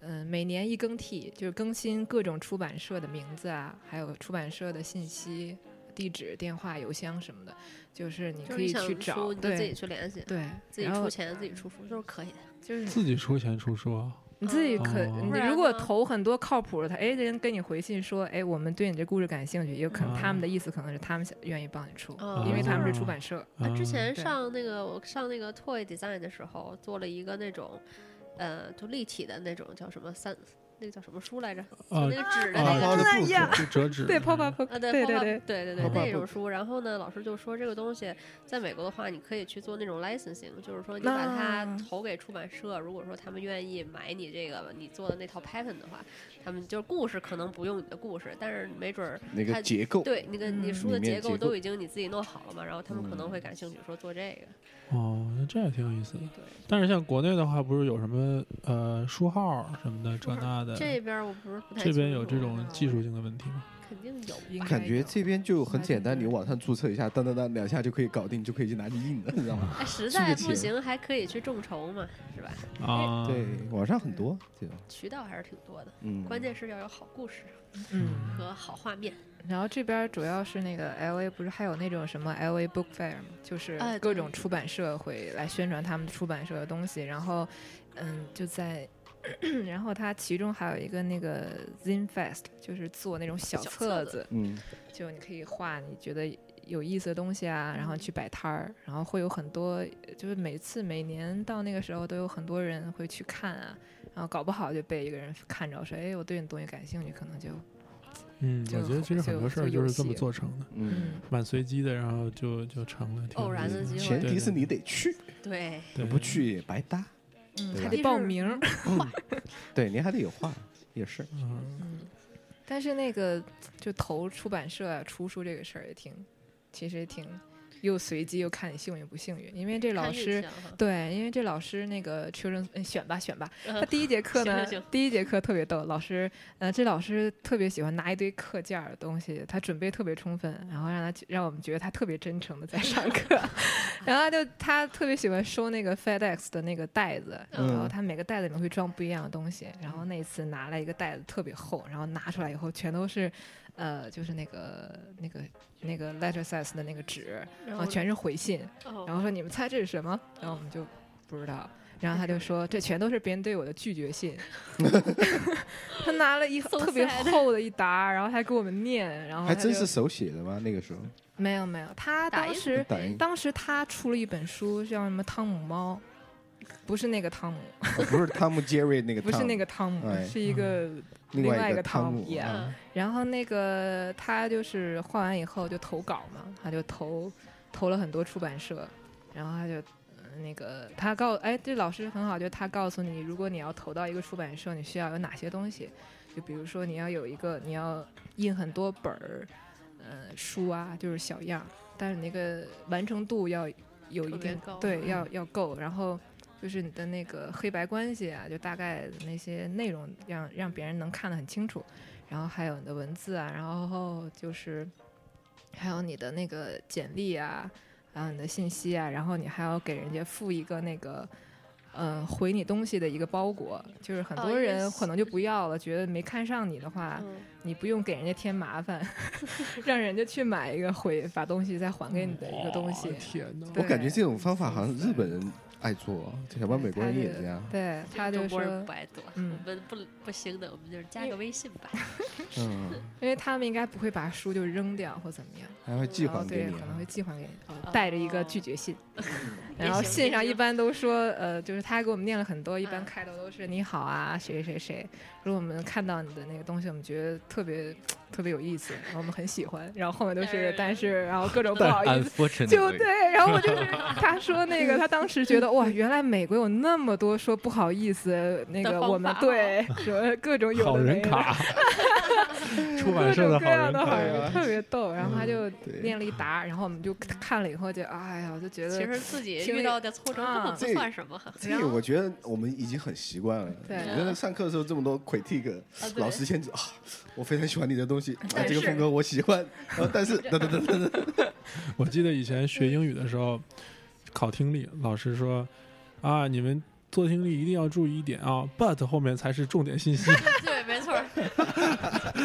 Speaker 6: 嗯，每年一更替，就是更新各种出版社的名字啊，还有出版社的信息、地址、电话、邮箱什么的，就是你可以去找，
Speaker 3: 你就自己
Speaker 6: 对
Speaker 3: 去联系，
Speaker 6: 对，
Speaker 3: 自己
Speaker 6: 然后
Speaker 3: 出钱，自己出服都是可以的。
Speaker 4: *laughs*
Speaker 6: 就是
Speaker 4: 自己出钱出书啊？
Speaker 6: 你自己可，
Speaker 4: 哦
Speaker 3: 不
Speaker 6: 你
Speaker 3: 然
Speaker 6: 如果
Speaker 3: 呢
Speaker 6: 投很多靠谱的，他哎，人跟你回信说，哎，我们对你这故事感兴趣，也有可能
Speaker 4: 嗯
Speaker 6: 他们的意思可能是他们想愿意帮你出，
Speaker 3: 哦
Speaker 6: 因为他们是出版社。
Speaker 3: 啊，之
Speaker 4: 嗯
Speaker 3: 前
Speaker 6: 对
Speaker 3: 上那个我上那个 toy design 的时候，做了一个那种，呃，就立体的那种叫什么三，那个叫什么书来着？
Speaker 4: 啊
Speaker 6: 哦
Speaker 3: 就那个纸的
Speaker 4: 啊
Speaker 3: 那个
Speaker 2: 包的
Speaker 6: 哎
Speaker 2: 肚
Speaker 6: 呀
Speaker 2: 子，
Speaker 4: 就折纸
Speaker 6: 对，pop up，
Speaker 3: 啊，
Speaker 6: 对
Speaker 3: *laughs* 对
Speaker 6: 对
Speaker 3: pop up，
Speaker 6: 对，
Speaker 3: 对对对
Speaker 2: pop
Speaker 3: 那
Speaker 2: up
Speaker 3: 种书。然后呢，老师就说这个东西在美国的话，你可以去做那种 licensing，就是说你把它
Speaker 6: 啊
Speaker 3: 投给出版社，如果说他们愿意买你这个你做的那套 pattern 的话，他们就是故事可能不用你的故事，但是没准儿
Speaker 2: 那
Speaker 3: 它
Speaker 2: 个结构，
Speaker 3: 对那个你
Speaker 6: 嗯
Speaker 3: 书的
Speaker 2: 里面结
Speaker 3: 结构
Speaker 2: 构
Speaker 3: 都已经你自己弄好了嘛，然后他们可
Speaker 2: 嗯
Speaker 3: 能会感兴趣，说做这个。
Speaker 4: 哦，那这还挺有意思的。
Speaker 3: 对，
Speaker 4: 但是像国内的话，不是有什么呃书号什么的这那的，
Speaker 3: 这边儿我不是不太
Speaker 4: 这边
Speaker 3: 清
Speaker 4: 有
Speaker 3: 楚嗯啊
Speaker 4: 这种技，术性的问题吗？
Speaker 3: 肯定有吧。
Speaker 6: 应该
Speaker 2: 感觉
Speaker 6: 有
Speaker 2: 这边就很简单，
Speaker 6: 还
Speaker 2: 你
Speaker 6: 挺
Speaker 2: 网上注册一下，当当当两下就可以搞定，就可以去拿去印了，你知道吗？
Speaker 3: 哎，实
Speaker 2: 这个
Speaker 3: 在不
Speaker 2: 钱
Speaker 3: 行还可以去众筹嘛，是吧？
Speaker 4: 啊，
Speaker 2: 对，网上很多这种，
Speaker 3: 渠道还是挺多的，
Speaker 2: 嗯，
Speaker 3: 关键是要有好故事
Speaker 6: 嗯。
Speaker 3: 和好画面。
Speaker 6: 然后这边主要是那个 L A，不是还有那种什么 L A Book Fair 吗？就是
Speaker 3: 哎对
Speaker 6: 各种出版社会来宣传他们出版社的东西。然后，嗯，就在， *clears throat* 然后它其中还有一个那个 Zine Fest，就是做那种小
Speaker 3: 小
Speaker 6: 册
Speaker 3: 册子
Speaker 6: 子
Speaker 2: 嗯，
Speaker 6: 就你可以画你觉得有意思的东西啊，然后去摆摊儿，然后会有很多，就是每次每年到那个时候都有很多人会去看啊，然后搞不好就被一个人看着说，哎，我对你东西感兴趣，可能就
Speaker 4: 嗯，
Speaker 6: 就
Speaker 4: 我觉得其实很多事儿就是这么做成的，
Speaker 2: 嗯，
Speaker 6: 嗯，
Speaker 4: 蛮随机的，然后就就成了。挺有
Speaker 3: 偶然的
Speaker 4: 意思
Speaker 3: 机
Speaker 2: 前
Speaker 3: 会
Speaker 2: 提是你得去，
Speaker 3: 对，
Speaker 4: 对
Speaker 2: 不去也白搭。
Speaker 6: 嗯，
Speaker 2: 对
Speaker 6: 还
Speaker 2: 吧
Speaker 6: 得报名儿。
Speaker 2: *laughs* 对，您还得有话，
Speaker 6: *laughs*
Speaker 2: 也是。
Speaker 4: 嗯，
Speaker 6: 嗯， *laughs* 但是那个就投出版社啊、出书这个事儿也挺，其实挺又随机又看你幸运不幸运，因为这老
Speaker 3: 看运
Speaker 6: 师
Speaker 3: 气。啊
Speaker 6: 对，因为这老师那个 children 嗯选吧选吧，他
Speaker 3: 嗯
Speaker 6: 第一节课
Speaker 3: 行
Speaker 6: 呢
Speaker 3: 行行，
Speaker 6: 第一节课特别逗，老师呃这老师特别喜欢拿一堆课件儿的东西，他准备特别充分，然后让他让我们觉得他特别真诚的在上课， *laughs* 然后他就他特别喜欢收那个 FedEx 的那个袋子，然后
Speaker 2: 嗯
Speaker 6: 他每个袋子里面会装不一样的东西。然后那一次拿了一个袋子特别厚，然后拿出来以后全都是，呃，就是那个那个那个 letter size 的那个纸，
Speaker 3: 然
Speaker 6: 然
Speaker 3: 后
Speaker 6: 后全是回信。然
Speaker 3: 哦，
Speaker 6: 后说你们猜这是什么？然后我们就不知道。然后他就说这全都是别人对我的拒绝
Speaker 2: *laughs*
Speaker 6: 信。他拿了一
Speaker 3: So
Speaker 6: 特别
Speaker 3: sad
Speaker 6: 厚的一沓，然后还给我们念，然后
Speaker 2: 还
Speaker 6: 他
Speaker 2: 真
Speaker 6: 就是
Speaker 2: 手写的吗？那个时候
Speaker 6: 没有没有，他
Speaker 3: 打
Speaker 6: 当
Speaker 3: 印
Speaker 6: 时
Speaker 2: 打印、
Speaker 6: 当时他出了一本书，叫什么《汤姆猫》，不是那个汤姆，
Speaker 2: 哦不是汤姆·杰瑞那
Speaker 6: *laughs*
Speaker 2: 个
Speaker 6: 不
Speaker 2: 汤，
Speaker 6: 是那个汤姆，
Speaker 2: 哎
Speaker 6: 是一个、
Speaker 2: 另
Speaker 6: 另外一
Speaker 2: 个
Speaker 6: 个汤
Speaker 2: 姆
Speaker 6: 姆
Speaker 2: 啊
Speaker 3: 嗯
Speaker 6: 然后那个他就是画完以后就投稿嘛，他就投投了很多出版社，然后他就、呃那个他告哎这老师很好，就他告诉你，如果你要投到一个出版社，你需要有哪些东西，就比如说你要有一个你要印很多本儿，呃书啊就是小样儿，但是你那个完成度要有一
Speaker 3: 特别
Speaker 6: 定
Speaker 3: 高嗯
Speaker 6: 对要要够，然后。就是你的那个黑白关系啊，就大概那些内容让让别人能看得很清楚，然后还有你的文字啊，然后就是还有你的那个简历啊，还有你的信息啊，然后你还要给人家附一个那个。呃，回你东西的一个包裹，就是很
Speaker 3: 哦一
Speaker 6: 多
Speaker 3: 个
Speaker 6: 人
Speaker 3: 信
Speaker 6: 可能就不要了，觉得没看上你的话，
Speaker 3: 嗯
Speaker 6: 你不用给人家添麻
Speaker 3: *laughs*
Speaker 6: 烦，让人家去买一个回把东西再还给你的一个东西
Speaker 4: 嗯哇。天哪，
Speaker 2: 我
Speaker 6: 对
Speaker 2: 感觉这种方法好像日本人爱做，要不然美国人也这样。
Speaker 6: 对，他就
Speaker 3: 中国人
Speaker 6: 说
Speaker 3: 不，爱做，我
Speaker 6: 嗯
Speaker 3: 们不不行的，我们就是加个微信吧。
Speaker 2: 嗯，
Speaker 6: *laughs* 因为他们应该不会把书就扔掉或怎么样，
Speaker 2: 还会寄
Speaker 6: 然后
Speaker 2: 还给
Speaker 6: 哦对，
Speaker 2: 你
Speaker 6: 可能
Speaker 2: 啊
Speaker 6: 会。寄还给你，
Speaker 3: 哦
Speaker 6: 带着一个拒绝信。
Speaker 3: *laughs* 也
Speaker 6: 然后
Speaker 3: 行
Speaker 6: 信
Speaker 3: 也
Speaker 6: 上一
Speaker 3: 行
Speaker 6: 般都说，呃，就是他给我们念了很多，一般
Speaker 3: 嗯
Speaker 6: 开头都是你好啊，谁谁谁。如果我们看到你的那个东西，我们觉得特别特别有意思，然后我们很喜欢，然后后面都是但
Speaker 3: 但
Speaker 6: 是然后各种不好意思。哦就
Speaker 5: unfortunately，
Speaker 6: 对，然后我就是他说那个，他当时觉得哇，原来美国有那么多说不好意思，那
Speaker 3: 的
Speaker 6: 个
Speaker 3: 方
Speaker 6: 我们
Speaker 3: 法哦
Speaker 6: 对什么各种有
Speaker 4: 好
Speaker 6: 的
Speaker 4: 人
Speaker 6: 没的
Speaker 3: *laughs*
Speaker 4: 卡，出版
Speaker 6: 各
Speaker 4: 社
Speaker 6: 种
Speaker 4: 的
Speaker 6: 各
Speaker 4: 好
Speaker 6: 样
Speaker 4: 人
Speaker 6: 的
Speaker 4: 卡
Speaker 6: 好
Speaker 2: 对
Speaker 6: 人
Speaker 2: 啊
Speaker 6: 特别逗，然后他就
Speaker 2: 对
Speaker 6: 念了一沓，然后我们就看了以后就哎呀，我就
Speaker 3: *laughs*
Speaker 6: 觉得
Speaker 3: 其实自己
Speaker 6: 挺
Speaker 3: 遇到的挫折根
Speaker 6: 啊
Speaker 3: 本不算什么哈。
Speaker 2: 这个我觉得我们已经很习惯了。
Speaker 6: 对
Speaker 2: 你觉得上课的时候这么多 critique，
Speaker 3: 对
Speaker 2: 老师先啊，我非常喜欢你的东西，啊，
Speaker 3: 但
Speaker 2: 这个
Speaker 3: 是
Speaker 2: 风格我喜欢，呃，但是等等等等等，
Speaker 4: *laughs* 我记得以前学英语的时候，考听力，老师说啊，你们做听力一定要注意一点啊，but 后面才是重
Speaker 3: *laughs*
Speaker 4: 点信息。
Speaker 3: 对，
Speaker 6: *laughs*
Speaker 3: 没错儿。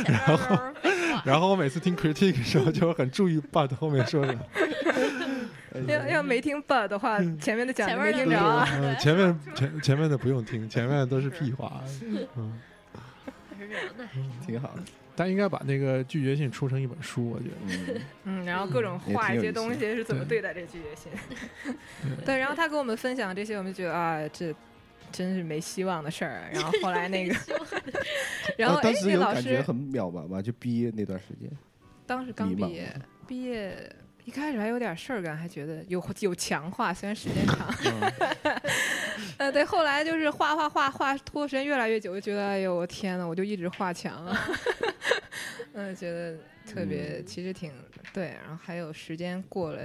Speaker 3: 然后
Speaker 4: 然后我每次听 critique 的时候，就很注意 but 后面说
Speaker 3: *laughs*
Speaker 4: 什么。
Speaker 2: 哎
Speaker 6: 要要没
Speaker 2: 嗯
Speaker 6: 听 but 的话，前面的讲
Speaker 3: 前
Speaker 6: 的
Speaker 3: 面
Speaker 6: 没
Speaker 3: 的
Speaker 6: 听
Speaker 3: 不
Speaker 6: 着
Speaker 3: 听
Speaker 6: 啊。
Speaker 4: 嗯前面前前面的不用听，前面的都是屁话。嗯，
Speaker 3: 是这样的，
Speaker 2: 挺好。
Speaker 4: 但应该把那个拒绝信出成一本书，我觉得。
Speaker 2: 嗯，
Speaker 6: 嗯，然后各种
Speaker 2: 也
Speaker 6: 画
Speaker 2: 挺
Speaker 6: 一
Speaker 2: 有意
Speaker 6: 些
Speaker 2: 思的
Speaker 6: 东西是怎么对待这拒绝
Speaker 3: *laughs*
Speaker 6: 信。对，然后他跟我们分享这些，我们就觉得啊，这真是没希望的事儿。啊然后后来
Speaker 2: *laughs*
Speaker 6: 那个，然后
Speaker 2: 啊
Speaker 6: 哎
Speaker 2: 当，时
Speaker 6: 那
Speaker 2: 有
Speaker 6: 老
Speaker 2: 感觉
Speaker 6: 师
Speaker 2: 很渺茫吧，就毕业那段时间，
Speaker 6: 当时刚
Speaker 2: 迷
Speaker 6: 毕
Speaker 2: 茫啊
Speaker 6: 业
Speaker 2: 吗，
Speaker 6: 毕业一开始还有点事儿干，还觉得有有强化，虽然时间长。
Speaker 2: 嗯
Speaker 6: *laughs* 呃，对，后来就是画画画画，拖时间越来越久，就觉得哎呦我天呐，我就一直画墙啊。 *laughs* 嗯，觉得特
Speaker 2: 嗯
Speaker 6: 别，其实挺对。然后还有时间过了，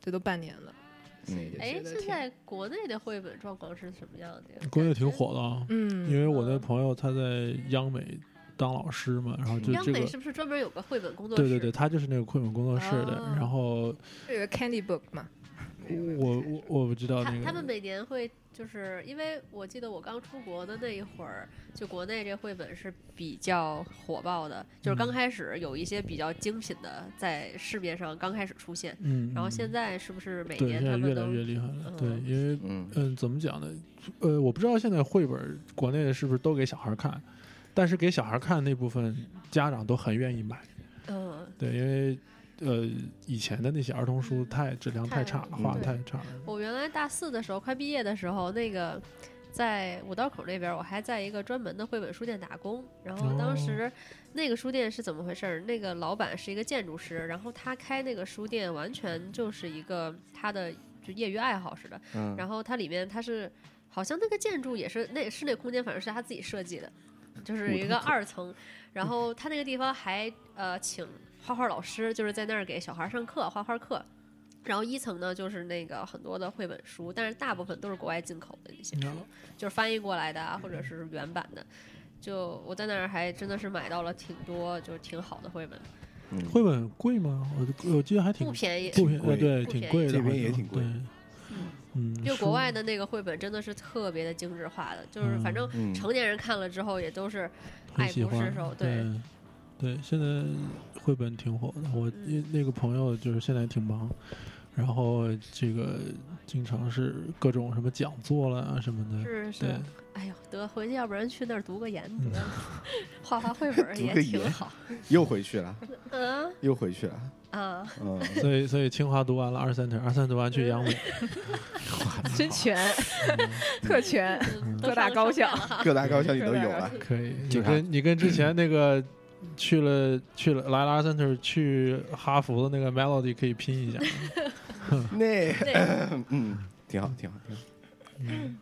Speaker 6: 这都半年了，所以
Speaker 2: 嗯
Speaker 6: 就
Speaker 3: *laughs* 哎
Speaker 6: 觉，得
Speaker 3: 现
Speaker 6: 挺。
Speaker 3: 在国内的绘本状况是什么样的呀？
Speaker 4: 国内挺火的啊，因
Speaker 6: 嗯，
Speaker 4: 为我的朋友他在央美当老师嘛，然后就
Speaker 3: 央
Speaker 4: 这
Speaker 3: 美
Speaker 4: 个。
Speaker 3: 是不是专门有个绘本工作室？
Speaker 4: 对对对，，他就是那个绘本工作室的。
Speaker 3: 哦
Speaker 4: 然后
Speaker 6: 这个 Candy Book 嘛，
Speaker 4: 我我我不知道
Speaker 3: 他
Speaker 4: 哦那个
Speaker 3: 他们每年会就是因为我记得我刚出国的那一会儿，就国内这绘本是比较火爆的，就是刚
Speaker 4: 嗯
Speaker 3: 开始有一些比较精品的在市面上刚开始出现，
Speaker 4: 嗯，
Speaker 3: 然后
Speaker 4: 嗯
Speaker 3: 现在是不是每
Speaker 4: 对
Speaker 3: 年
Speaker 4: 现
Speaker 3: 他
Speaker 4: 在
Speaker 3: 们
Speaker 4: 越
Speaker 3: 都
Speaker 4: 来越厉害了，对，
Speaker 3: 嗯
Speaker 4: 因为
Speaker 2: 嗯，
Speaker 4: 嗯怎么讲呢？呃，我不知道现在绘本国内是不是都给小孩看，但是给小孩看那部分家长都很愿意买，
Speaker 3: 嗯，
Speaker 4: 对，因为呃以前的那些儿童书太质量太
Speaker 3: 太
Speaker 4: 差了，
Speaker 2: 嗯
Speaker 4: 画得
Speaker 3: 对
Speaker 4: 太差了，
Speaker 3: 我原来大四的时候，快毕业的时候，那个在五道口那边儿，我还在一个专门的绘本书店打工。然后
Speaker 4: 哦
Speaker 3: 当时那个书店是怎么回事儿？那个老板是一个建筑师，然后他开那个书店完全就是一个他的就业余爱好似的。
Speaker 2: 嗯
Speaker 3: 然后它里面它是好像那个建筑也是那室内空间，反正是他自己设计的，就是
Speaker 2: 我
Speaker 3: 一
Speaker 2: 都
Speaker 3: 个
Speaker 2: 可
Speaker 3: 二层，然后他那个地方还呃请画画老师，就是在那儿给小孩上课画画课。然后一层呢，就是那个很多的绘本书，但是大部分都是国外进口的那些书，就是翻译过来的啊，或
Speaker 2: 嗯
Speaker 3: 者是原版的。就我在那儿还真的是买到了挺多，就是挺好的绘本，
Speaker 2: 嗯，
Speaker 4: 绘本贵吗？我就我记得还挺
Speaker 3: 不便宜。
Speaker 4: 不便
Speaker 2: 贵
Speaker 4: 宜，对，
Speaker 3: 不
Speaker 4: 挺
Speaker 3: 便宜
Speaker 4: 贵的，
Speaker 2: 这边
Speaker 4: 好像
Speaker 2: 也挺贵
Speaker 4: 对嗯，
Speaker 3: 就是国外的那个绘本真的是特别的精致化的，就是反正
Speaker 2: 嗯
Speaker 3: 成年人看了之后也都是
Speaker 4: 很
Speaker 3: 爱
Speaker 4: 喜
Speaker 3: 不释
Speaker 4: 欢
Speaker 3: 手，对
Speaker 4: 对。对，现在绘本挺火的。我
Speaker 3: 嗯
Speaker 4: 因那个朋友就是现在挺忙，然后这个经常是各种什么讲座了啊什么的。
Speaker 3: 是是
Speaker 4: 对，，
Speaker 3: 哎呦，得回去，要不然去那儿读个研
Speaker 4: 嗯
Speaker 3: 得了，画画绘本儿
Speaker 2: 读
Speaker 3: 也
Speaker 2: 个
Speaker 3: 挺
Speaker 2: 研
Speaker 3: 好。
Speaker 2: 又回去了，
Speaker 3: *laughs* 嗯
Speaker 2: 又回去了，
Speaker 3: 啊，
Speaker 2: 嗯，
Speaker 4: 所以所以清华读完了二三成，二三读完去央美
Speaker 6: 真全 *laughs* 特全，
Speaker 3: 嗯
Speaker 6: 各大高校，
Speaker 2: 各大高校你都有了，
Speaker 4: 可以。你
Speaker 5: 警察
Speaker 4: 跟你跟之前那个去了去了来了二三成去哈佛的那个 Melody 可以拼一下。
Speaker 2: 那
Speaker 3: 对
Speaker 2: 嗯，挺好，挺好，挺好。
Speaker 4: 嗯，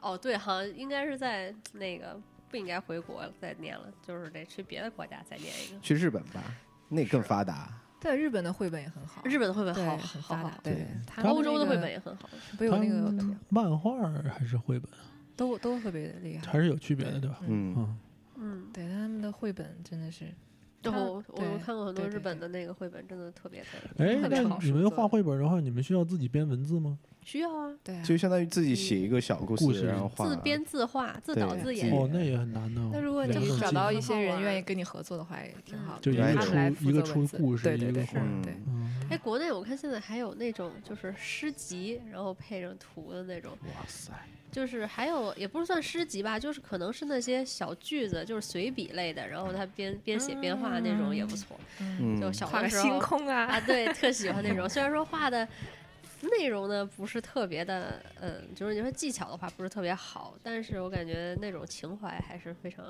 Speaker 3: 哦对，好像应该是在那个不应该回国再念了，就是得去别的国家再念一个。
Speaker 2: 去日本吧，那更发达。
Speaker 6: *laughs* 对日本的绘本也很好，
Speaker 3: 日本的绘本
Speaker 6: 对
Speaker 3: 好
Speaker 6: 很
Speaker 3: 发
Speaker 6: 好
Speaker 3: 达，，
Speaker 6: 对
Speaker 2: 对，
Speaker 6: 他们
Speaker 3: 欧洲的
Speaker 6: 那
Speaker 3: 绘
Speaker 6: 个
Speaker 3: 本也很好，
Speaker 6: 不哎有那个
Speaker 4: 它漫画儿还是绘本，
Speaker 6: 都都特别厉害，
Speaker 4: 还是有区别的，对吧？
Speaker 2: 嗯，
Speaker 4: 嗯，
Speaker 3: 嗯，
Speaker 6: 对他们的绘本真的是它
Speaker 3: 然后我
Speaker 6: 对
Speaker 3: 我看过很多
Speaker 6: 对
Speaker 3: 日
Speaker 6: 对
Speaker 3: 本
Speaker 6: 对
Speaker 3: 的那个绘本，真的特别的
Speaker 4: 哎，
Speaker 6: 很
Speaker 4: 那
Speaker 6: 成
Speaker 4: 你
Speaker 6: 熟
Speaker 4: 们
Speaker 6: 做
Speaker 4: 画
Speaker 6: 的
Speaker 4: 绘本的话，你们需要自己编文字吗？
Speaker 3: 需要啊，
Speaker 6: 对啊。
Speaker 2: 就相当于自己写一个小故
Speaker 4: 故事
Speaker 2: 然后画
Speaker 3: 自编自画，自
Speaker 2: 对
Speaker 3: 导自
Speaker 2: 自
Speaker 3: 演
Speaker 2: 己。
Speaker 4: 哦，那也很难呢。
Speaker 6: 那如果
Speaker 4: 两
Speaker 6: 你
Speaker 4: 种
Speaker 6: 找
Speaker 4: 技
Speaker 6: 到
Speaker 4: 能
Speaker 6: 一些人
Speaker 3: 很好
Speaker 6: 愿意
Speaker 3: 玩
Speaker 6: 跟你合作的话，也挺好的，
Speaker 4: 就
Speaker 2: 一
Speaker 6: 让
Speaker 2: 个
Speaker 6: 他们
Speaker 2: 出
Speaker 6: 来负
Speaker 4: 一个
Speaker 6: 责文
Speaker 4: 出
Speaker 6: 字
Speaker 4: 故事
Speaker 6: 对
Speaker 4: 一
Speaker 6: 对
Speaker 4: 个
Speaker 6: 对，
Speaker 4: 画
Speaker 6: 嗯对，
Speaker 4: 嗯，
Speaker 3: 哎，国内我看现在还有那种就是诗集，然后配上图的那种，
Speaker 2: 哇塞，
Speaker 3: 就是还有也不是算诗集吧，就是可能是那些小句子，就是随笔类的，然后他边边写边画那种也不错。
Speaker 6: 嗯，
Speaker 2: 嗯
Speaker 3: 就小
Speaker 6: 画
Speaker 3: 的
Speaker 6: 个
Speaker 3: 时
Speaker 6: 星
Speaker 3: 候
Speaker 6: 空啊，
Speaker 3: 啊，对，特喜欢那种。虽然说画的内容呢不是特别的，嗯，就是你说技巧的话不是特别好，但是我感觉那种情怀还是非常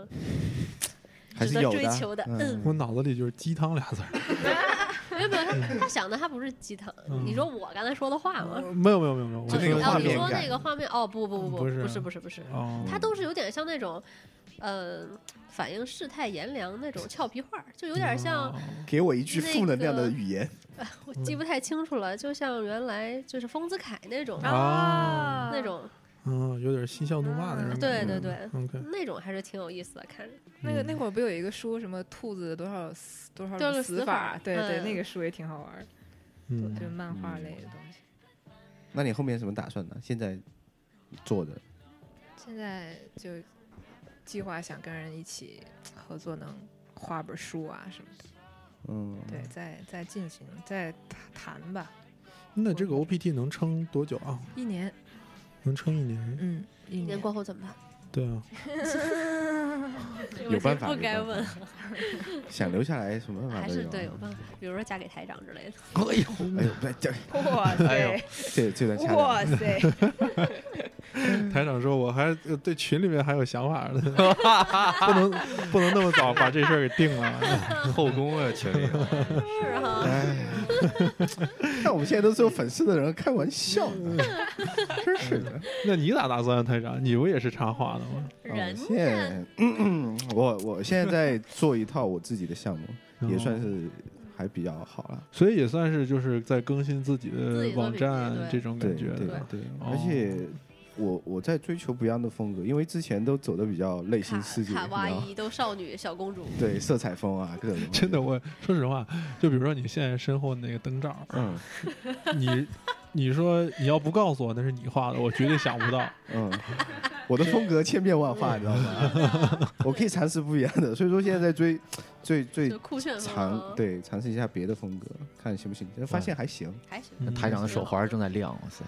Speaker 2: 还
Speaker 3: 值
Speaker 2: 是
Speaker 3: 得
Speaker 2: 有
Speaker 3: 追求的
Speaker 2: 的，嗯
Speaker 4: 我脑子里就是鸡汤俩字儿。
Speaker 3: 没有没有他他想的他不是鸡汤，你
Speaker 4: 嗯
Speaker 3: 说我刚才说的话吗？
Speaker 4: 呃没有没有没有没有，我
Speaker 2: 嗯就那
Speaker 4: 说
Speaker 2: 个
Speaker 4: 的
Speaker 3: 哦
Speaker 2: 画
Speaker 4: 是
Speaker 3: 你
Speaker 2: 面
Speaker 3: 说
Speaker 2: 感嗯
Speaker 3: 那个画面哦，不不不不，
Speaker 4: 不是
Speaker 2: 啊
Speaker 3: 不是不是不是，
Speaker 4: 哦，
Speaker 3: 它都是有点像那种，呃，反映世态炎凉那种俏皮话儿，就有点像，
Speaker 4: 哦
Speaker 2: 给我一句负能量的语言，
Speaker 3: 我
Speaker 2: 嗯
Speaker 3: 记不太清楚了，就像原来就是丰子恺那种、
Speaker 2: 啊
Speaker 4: 啊
Speaker 3: 那种，
Speaker 4: 嗯，有点嬉笑怒骂那
Speaker 6: 啊
Speaker 4: 种感觉。嗯
Speaker 3: 对对对，
Speaker 4: OK，
Speaker 3: 那种还是挺有意思的，看着。
Speaker 6: 那个
Speaker 4: 嗯
Speaker 6: 那会儿不有一个书，什么兔子多少死多少
Speaker 3: 多
Speaker 6: 种
Speaker 3: 少死
Speaker 6: 死
Speaker 3: 法
Speaker 6: 法？对对，
Speaker 3: 嗯
Speaker 6: 那个书也挺好玩儿，
Speaker 4: 嗯，
Speaker 6: 就是漫画
Speaker 2: 嗯
Speaker 6: 类的东西。
Speaker 2: 那你后面有什么打算呢？现在做的
Speaker 6: 现在就计划想跟人一起合作，能画本书啊什么的。
Speaker 2: 嗯，
Speaker 6: 对，再再进行再谈谈吧，
Speaker 4: 那这个 OPT 能撑多久啊？
Speaker 6: 一年，
Speaker 4: 能撑一年？
Speaker 6: 嗯，一
Speaker 3: 一
Speaker 6: *laughs*
Speaker 3: 年
Speaker 6: 年
Speaker 3: 过后怎么 *laughs* 办？
Speaker 6: *laughs*
Speaker 4: 对啊，
Speaker 2: 有办法
Speaker 3: 不该问，，
Speaker 2: 想留下来什么办法
Speaker 3: 还
Speaker 2: 都
Speaker 3: 是
Speaker 2: 有。啊
Speaker 3: 对有办法，比如说嫁给台长之类的。
Speaker 5: 哎呦，
Speaker 2: 哎呦，不这
Speaker 6: 哇
Speaker 2: 哎
Speaker 6: 塞，
Speaker 2: 这这段掐
Speaker 6: 哇
Speaker 2: 掉，
Speaker 6: 塞，
Speaker 4: 台长说我还呃对群里面还有想法的， *laughs* 不能不能那么早把这事儿给定了。
Speaker 5: *laughs* 后宫啊，群里
Speaker 3: 是啊，
Speaker 2: 哎， *laughs* 看我们现在都是有粉丝的人开玩笑呢，
Speaker 3: *laughs*
Speaker 2: 真是的。
Speaker 4: *laughs* 那你咋打算啊，台长？你不也是插画的吗？
Speaker 2: 哦
Speaker 3: 人
Speaker 2: 现在，嗯我我现在在做一套我自己的项
Speaker 3: 哦
Speaker 2: 目，也算是还比较好了。
Speaker 4: 所以也算是就是在更新自己
Speaker 3: 自己
Speaker 4: 的
Speaker 3: 的
Speaker 4: 网
Speaker 3: 笔记
Speaker 4: 站
Speaker 3: 对
Speaker 4: 这种
Speaker 2: 对
Speaker 4: 感觉，
Speaker 2: 对
Speaker 4: 吧？
Speaker 2: 对，
Speaker 4: 哦
Speaker 2: 而且我我在追求不一样的风格，因为之前都走的比较类型
Speaker 3: 卡
Speaker 2: 世界，
Speaker 3: 卡
Speaker 2: 你知
Speaker 3: 哇
Speaker 2: 道吗
Speaker 3: 伊都少女小
Speaker 2: *laughs*
Speaker 3: 公主，
Speaker 2: 对色彩风啊各种东西
Speaker 4: *laughs* 真的，，我说实话，就比如说你现在身后那个灯罩，
Speaker 2: 嗯
Speaker 3: *laughs*
Speaker 4: 你你说你要不告诉我那是你画的，我绝对想不
Speaker 3: *laughs*
Speaker 4: 到。
Speaker 2: 嗯，我的风格千变万化，你知道
Speaker 4: *laughs*
Speaker 2: 吗？我可以尝试不一样的，所以说现在在追最最
Speaker 3: *laughs* 就酷炫风
Speaker 2: 尝
Speaker 3: 啊，
Speaker 2: 对尝试一下别的风格，看行不行？发现还行，
Speaker 3: 还行。
Speaker 4: 嗯
Speaker 5: 台长的手环正在亮，哇塞，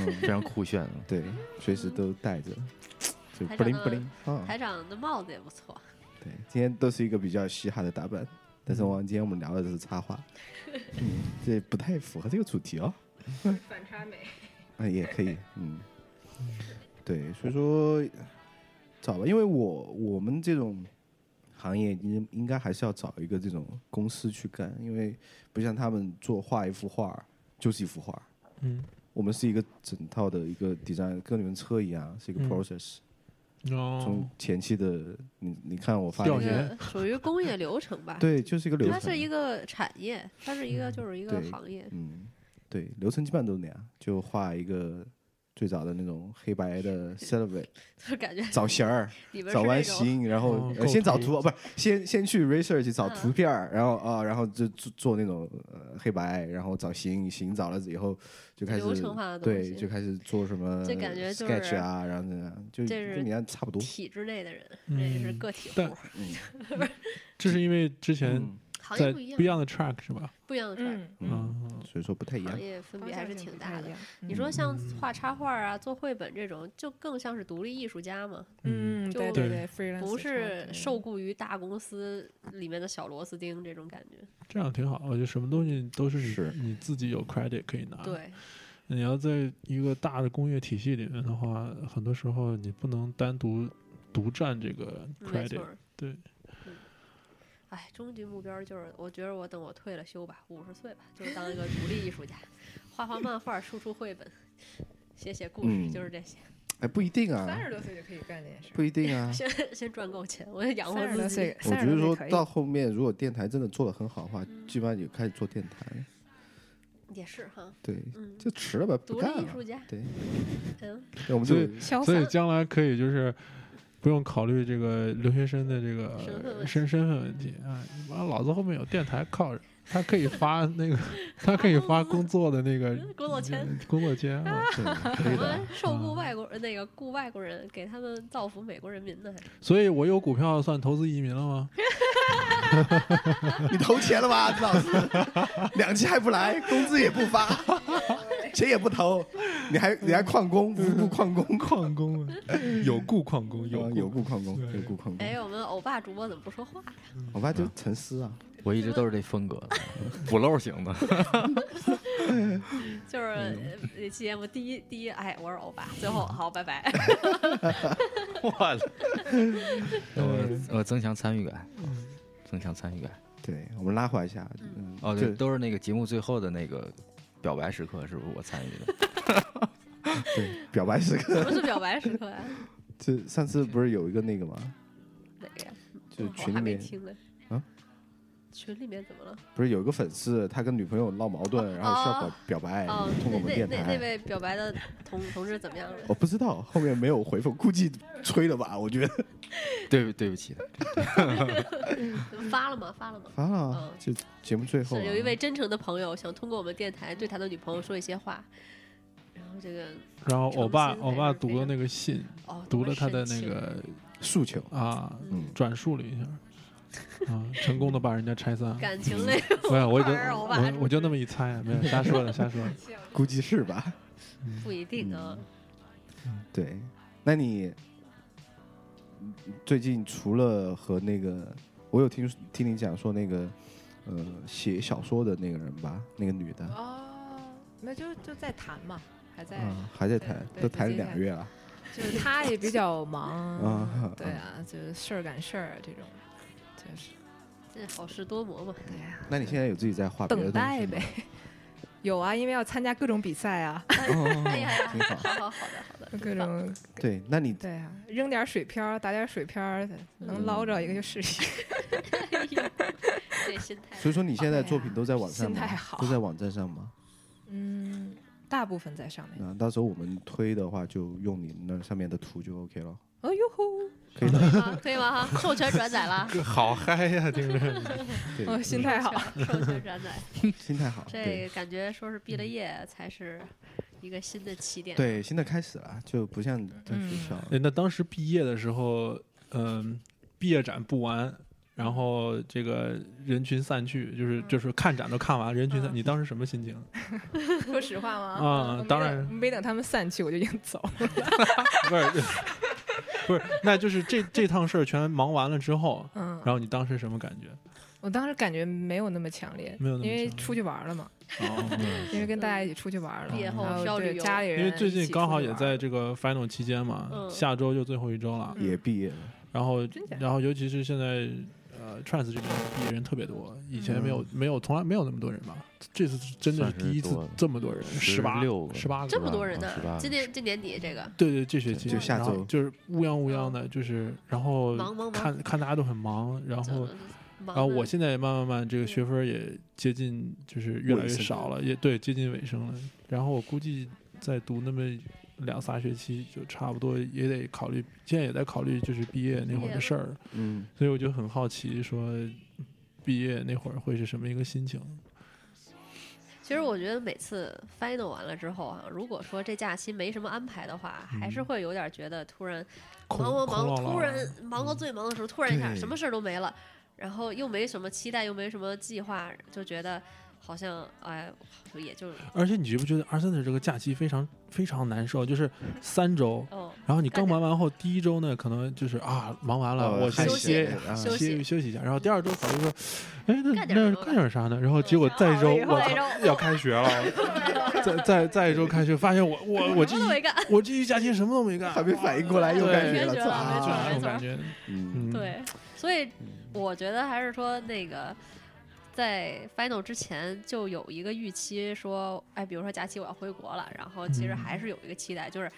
Speaker 2: 嗯，
Speaker 5: 非常酷炫啊。
Speaker 2: 对，随时都带着，就
Speaker 3: 台
Speaker 2: 不
Speaker 3: 长
Speaker 2: 灵
Speaker 3: 的
Speaker 2: 不灵啊。
Speaker 3: 台长的帽子也不错，
Speaker 2: 对，今天都是一个比较嘻哈的打扮，但是我今天我们聊的都是插画，嗯，这不太符合这个主题哦。
Speaker 6: 反差美，
Speaker 2: 啊，也可以，嗯，对，所以说找吧，因为我我们这种行业应应该还是要找一个这种公司去干，因为不像他们做画一幅画就是一幅画，
Speaker 4: 嗯，
Speaker 2: 我们是一个整套的一个 design，跟你们车一样，是一个
Speaker 4: 嗯
Speaker 2: process、
Speaker 4: 哦
Speaker 2: 从，前期的，你你看我发那
Speaker 4: 调保研
Speaker 2: 个，
Speaker 4: 研
Speaker 3: 属于工业流程吧？，
Speaker 2: 对，就是一个流
Speaker 3: 它
Speaker 2: 程。嗯
Speaker 3: 是一个产业，它是一个就是一个
Speaker 2: 对
Speaker 3: 行业。 *laughs*
Speaker 2: 嗯，对，流程基本上都是那样，就画一个最早的那种黑白的
Speaker 3: *laughs*
Speaker 2: silhouette，
Speaker 3: 就是感觉
Speaker 2: 找型儿，
Speaker 3: 里边是
Speaker 2: 找
Speaker 3: 那
Speaker 2: 完
Speaker 3: 种
Speaker 2: 型，然后
Speaker 4: 嗯
Speaker 2: 呃
Speaker 4: 构
Speaker 2: 先找
Speaker 4: 图
Speaker 2: 图，不是先先去 research 找图
Speaker 3: 嗯
Speaker 2: 片儿，然后啊，然后就做做那种呃黑白，然后找型，型找了以后就开始
Speaker 3: 流程化的东
Speaker 2: 对，
Speaker 3: 西
Speaker 2: 就开始做什么
Speaker 3: 这感觉就是
Speaker 2: sketch 啊，然后那样就
Speaker 3: 这是
Speaker 2: 跟你家差不多，
Speaker 3: 体制内的人，这也是
Speaker 4: 嗯
Speaker 3: 个体户
Speaker 4: 但，
Speaker 2: 嗯
Speaker 4: 这是因为之前
Speaker 2: 嗯，
Speaker 3: 行业
Speaker 4: 在
Speaker 3: 不一样
Speaker 4: 不一，样的 track 是吧？
Speaker 3: 不一样的圈儿
Speaker 6: 嗯，
Speaker 2: 嗯，
Speaker 4: 嗯，
Speaker 2: 所以说不太一样
Speaker 3: 行，业分
Speaker 6: 方
Speaker 3: 别还
Speaker 6: 向
Speaker 3: 是
Speaker 6: 性
Speaker 3: 挺
Speaker 6: 不
Speaker 3: 大
Speaker 6: 太一
Speaker 3: 的。
Speaker 6: 样。
Speaker 3: 你说像画插画啊、做绘本这种，就更像是独立艺术家嘛，
Speaker 6: 嗯，对
Speaker 3: 就
Speaker 6: 对对，freelance
Speaker 3: 不是
Speaker 6: 差
Speaker 3: 受雇于大公司里面的小螺丝钉这种感觉。
Speaker 4: 这样挺好。我觉得什么东西都是你
Speaker 2: 是
Speaker 4: 你自己有 credit 可以拿。，
Speaker 3: 对，
Speaker 4: 你要在一个大的工业体系里面的话，很多时候你不能单独独占这个
Speaker 3: 没错
Speaker 4: credit。。对
Speaker 3: 嗯。哎，终极目标就是，我觉得我等我退了休吧，五十岁吧，就当一个独立艺术家，画画漫画，输出绘本，写写故事，
Speaker 2: 嗯
Speaker 3: 就是这些。 *laughs*
Speaker 2: 哎，不一定
Speaker 6: 不多三
Speaker 2: 啊，
Speaker 6: 十多岁就可以干这件事儿。
Speaker 2: 不一定啊。
Speaker 3: 先先赚够钱，我要养活
Speaker 6: 三十多
Speaker 3: 自己。
Speaker 6: 岁，
Speaker 2: 我觉
Speaker 6: 三
Speaker 2: 得
Speaker 6: 十
Speaker 2: 说
Speaker 6: 多岁可以
Speaker 2: 到后面，如果电台真的做的很好的话，
Speaker 3: 嗯
Speaker 2: 基本上也开始做电台了，
Speaker 3: 也是哈，
Speaker 2: 对，
Speaker 3: 嗯，
Speaker 2: 就迟了吧，不
Speaker 3: 独立
Speaker 2: 干
Speaker 3: 艺
Speaker 2: 了
Speaker 3: 术。家，
Speaker 2: 对，
Speaker 3: 嗯，
Speaker 2: 我们就
Speaker 4: 所以
Speaker 6: 潇
Speaker 4: 所
Speaker 6: 洒。
Speaker 4: 以将来可以就是不用考虑这个留学生的这个
Speaker 3: 身份问题
Speaker 4: 身身份问题啊！你妈老子后面有电台靠着，他可以发
Speaker 3: *laughs*
Speaker 4: 那个，他可以发工作的那个
Speaker 3: 工作签，
Speaker 4: 工作签啊。
Speaker 3: *laughs*
Speaker 2: 对，
Speaker 3: 我
Speaker 2: 呃可以的啊
Speaker 3: 们。 *laughs* 受雇外国人，那个雇外国人，给他们造福美国人民呢。
Speaker 2: 嗯
Speaker 3: 还
Speaker 4: 所以我有股票算投资移民了 *laughs* 吗？
Speaker 2: 你投钱了吧， *laughs* 老师？两期还不来，工资也不发，钱也不投，你还你还旷工，无故旷工，
Speaker 4: 旷工啊，
Speaker 3: *laughs*
Speaker 4: 有故旷
Speaker 2: *laughs*
Speaker 4: 工，
Speaker 2: 有
Speaker 4: 故
Speaker 2: 啊有故旷工，
Speaker 4: 对
Speaker 2: 有故旷
Speaker 3: 哎，
Speaker 2: 工。
Speaker 3: 我们欧巴主播怎么不说话呀？
Speaker 2: 我爸
Speaker 3: 嗯
Speaker 2: 就沉思啊，
Speaker 5: 我一直都是这风格的，补漏型的。
Speaker 3: 就是
Speaker 2: 哎
Speaker 3: 呃这期节目第一第一，哎，我是欧巴，最
Speaker 2: 嗯
Speaker 3: 后好，拜拜。 *laughs*
Speaker 5: 我 *laughs* 我我增强参与感，增强参与感。
Speaker 2: 对我们拉回来一下，
Speaker 3: 嗯
Speaker 2: 嗯，
Speaker 5: 哦，对，
Speaker 2: 对
Speaker 5: 都是那个节目最后的那个表白时刻，是不是我参与的？
Speaker 2: 对，表白时刻。
Speaker 3: 不是表白时刻啊，
Speaker 2: 这上次不是有一个那个吗？
Speaker 3: 哪个呀？
Speaker 2: 就
Speaker 3: 我
Speaker 2: 群
Speaker 3: 还
Speaker 2: 里
Speaker 3: 没
Speaker 2: 面
Speaker 3: 听呢。
Speaker 2: 啊？
Speaker 3: 群里面怎么了？
Speaker 2: 不是有一个粉丝，他跟女朋友闹矛盾，然后需要表表白
Speaker 3: 哦，，
Speaker 2: 哎通过我们
Speaker 3: 那那
Speaker 2: 电
Speaker 3: 那那
Speaker 2: 台。
Speaker 3: 位表白的同同志怎么样了？ *laughs*
Speaker 2: 我不知道，后面没有回复，估计吹了吧，我觉得。
Speaker 5: 对，对不起，
Speaker 3: 发了吗？发了吗？
Speaker 2: *laughs* 啊，就节目最后啊
Speaker 3: 哦是有一位真诚的朋友想通过我们电台对他的女朋友说一些话，然后这个
Speaker 4: 然后欧巴
Speaker 3: 诚心
Speaker 4: 欧巴
Speaker 3: 还是非
Speaker 4: 读了
Speaker 3: 常
Speaker 4: 那个信，
Speaker 3: 哦，
Speaker 4: 读
Speaker 3: 多
Speaker 4: 了他的
Speaker 3: 神
Speaker 4: 那
Speaker 3: 奇
Speaker 4: 个
Speaker 2: 诉求，
Speaker 4: 啊，
Speaker 2: 嗯，
Speaker 4: 转述了一
Speaker 3: *laughs*
Speaker 4: 下，啊，成功的把人家拆散。
Speaker 3: 感情类，
Speaker 4: *laughs* 不是，我已经
Speaker 3: 玩儿啊欧巴
Speaker 4: 我
Speaker 3: 是不
Speaker 4: 我就是那么一猜，啊没有瞎说
Speaker 3: *laughs*
Speaker 4: 的，瞎说嗯的。
Speaker 2: 估计是吧？
Speaker 3: 不一定啊。
Speaker 2: 嗯
Speaker 6: 呃
Speaker 2: 对，那你嗯最近除了和那个，我有听听你讲说那个，呃，写小说的那个人吧，那个女的，
Speaker 6: 哦，那就就在谈嘛，还在，
Speaker 2: 啊，还在
Speaker 6: 对
Speaker 2: 谈，
Speaker 6: 对最
Speaker 2: 都谈
Speaker 6: 近
Speaker 2: 了两
Speaker 6: 还
Speaker 2: 个月了，
Speaker 6: 就是他也比较
Speaker 2: 啊
Speaker 6: 忙，对啊，就是事儿赶事儿啊这种，就是
Speaker 3: 这好事多磨嘛，
Speaker 6: 对呀，
Speaker 2: 那你现在有自己在画别
Speaker 6: 等
Speaker 2: 的东西
Speaker 6: 待
Speaker 2: 吗
Speaker 6: 呗。有啊，因为要参加各种比赛啊，
Speaker 3: 哎呀
Speaker 2: 哦，
Speaker 3: 呀
Speaker 2: 挺好。
Speaker 3: 好好好的
Speaker 6: *laughs*
Speaker 3: 好的，真
Speaker 6: 各
Speaker 3: 棒
Speaker 6: 种
Speaker 2: 对，
Speaker 6: *laughs*
Speaker 2: 那你
Speaker 6: 对啊，扔点水漂儿，打点水漂儿，能捞着一个就是一个。
Speaker 3: 哎呦这心态
Speaker 2: 所以说你现在
Speaker 6: 哎
Speaker 2: 作
Speaker 6: 呀
Speaker 2: 品都在网上
Speaker 6: 心
Speaker 2: 吗
Speaker 6: 态？好
Speaker 2: 都在网站上吗？
Speaker 6: 嗯，大部分在上面。
Speaker 2: 嗯，到时候我们推的话，就用你那上面的图就 OK 了。
Speaker 6: 哦呦吼，
Speaker 2: 可以的，
Speaker 3: 啊，可以吗？哈，授权转
Speaker 6: *laughs*
Speaker 3: 载啦，
Speaker 4: *laughs* 好嗨呀，听着。
Speaker 2: 对，嗯
Speaker 6: 哦，心态好。
Speaker 3: 授权转载，
Speaker 2: 心态好，
Speaker 3: 这
Speaker 2: 对
Speaker 3: 个感觉说是毕了业才是一个新的起 *laughs* 点。
Speaker 2: 对，新的开始了，就不像在学
Speaker 6: 嗯
Speaker 2: 校，
Speaker 4: 哎那当时毕业的时候，嗯，毕业展布完，然后这个人群散去，就是就是看展都看完，人群散，
Speaker 6: 嗯
Speaker 4: 你当时什么心情？
Speaker 6: 说实话吗？
Speaker 4: 啊
Speaker 6: 我没等
Speaker 4: 当然
Speaker 6: 没等他们散去，我就已经走了。*laughs*
Speaker 4: 不是，不是，那就是这这趟事儿全忙完了之后，
Speaker 6: 嗯，
Speaker 4: 然后你当时什么感觉？
Speaker 6: 我当时感觉没有那么强烈，
Speaker 4: 没有那么
Speaker 6: 因为
Speaker 4: 强烈哦
Speaker 6: 出去玩了嘛，
Speaker 5: 嗯
Speaker 6: 因为 *laughs* 跟大家一起出去玩了，
Speaker 3: 毕业后
Speaker 6: 然
Speaker 3: 需要
Speaker 6: 嗯哦对
Speaker 3: 旅游
Speaker 6: 家里
Speaker 4: 嗯因
Speaker 6: 人，
Speaker 4: 为最近刚好也在。这个 final 期间嘛，
Speaker 3: 嗯
Speaker 4: 下周就最后一周了，
Speaker 6: 嗯
Speaker 2: 也毕业了，
Speaker 4: 然后
Speaker 6: 真假
Speaker 4: 然后尤其是现在。个 trans 这个艺人特别多，以前没有、没有从来没有那么多人吧，这次是真的是
Speaker 5: 算是
Speaker 4: 第一次
Speaker 5: 多了
Speaker 4: 这么多人，十八
Speaker 5: 16个
Speaker 4: 十八
Speaker 3: 这
Speaker 4: 个。
Speaker 3: 么多人呢
Speaker 5: 十八，个
Speaker 3: 今年这年底这个
Speaker 4: 对对，这学期
Speaker 2: 就下
Speaker 4: 然后
Speaker 2: 周
Speaker 4: 就是乌泱乌泱的，就是然后
Speaker 3: 忙忙忙
Speaker 4: 看看大家都很忙，然
Speaker 3: 怎
Speaker 4: 后
Speaker 3: 么忙
Speaker 4: 然后我
Speaker 3: 呢
Speaker 4: 现在也慢慢慢这个学分也接近，就是越来越少了，也对接近尾声了。然后我估计再读那么两仨学期，就差不多也得考虑，现在也在考虑就是毕业那会儿的事儿，
Speaker 2: 嗯，
Speaker 4: 所以我就很好奇说。毕业那会儿会是什么一个心情？
Speaker 3: 其实我觉得每次 final 完了之后啊，如果说这假期没什么安排的话，还是
Speaker 4: 嗯
Speaker 3: 会有点觉得突然
Speaker 4: 空
Speaker 3: 忙忙
Speaker 4: 空落
Speaker 3: 忙，
Speaker 4: 落
Speaker 3: 突然
Speaker 4: 的嗯
Speaker 3: 忙到最忙的时候，突然一下
Speaker 2: 对
Speaker 3: 什么事儿都没了，然后又没什么期待，又没什么计划，就觉得好像哎，就也
Speaker 4: *laughs*
Speaker 3: 就
Speaker 4: 而且你觉不觉得二三的这个假期非常非常难受？就是三周，
Speaker 3: 哦，
Speaker 4: 然后你刚
Speaker 3: 干
Speaker 4: 忙完后，第一周呢，可能就是啊，忙完了，
Speaker 2: 呃
Speaker 4: 我先
Speaker 2: 休息
Speaker 4: 歇
Speaker 2: 啊
Speaker 3: 休息
Speaker 4: 歇休息一下。然后第二周早就说，哎，那
Speaker 3: 干点什
Speaker 4: 那
Speaker 3: 么吧
Speaker 4: 干点啥呢？然后结果
Speaker 3: 嗯
Speaker 4: 再一周，
Speaker 3: 想好
Speaker 4: 我
Speaker 3: 了以
Speaker 2: *laughs*
Speaker 3: 后
Speaker 4: 操，要开学了，再再再一周开学，发
Speaker 3: *laughs*
Speaker 4: 现我我我
Speaker 3: 什
Speaker 4: 这
Speaker 3: 么都
Speaker 4: 一嗯
Speaker 3: 没干，
Speaker 4: 我这一假期什么都没干，
Speaker 2: 还没反应过来又
Speaker 4: 对
Speaker 2: 该学
Speaker 3: 学
Speaker 2: 了，
Speaker 3: 了
Speaker 4: 就是那
Speaker 3: 没
Speaker 4: 种
Speaker 3: 错
Speaker 4: 感觉。
Speaker 2: 嗯，
Speaker 4: 嗯，，
Speaker 3: 对，所以我觉得还是说那个。在 final 之前就有一个预期，说，哎，比如说假期我要回国了，然后其实
Speaker 4: 嗯
Speaker 3: 还是有一个期待，就是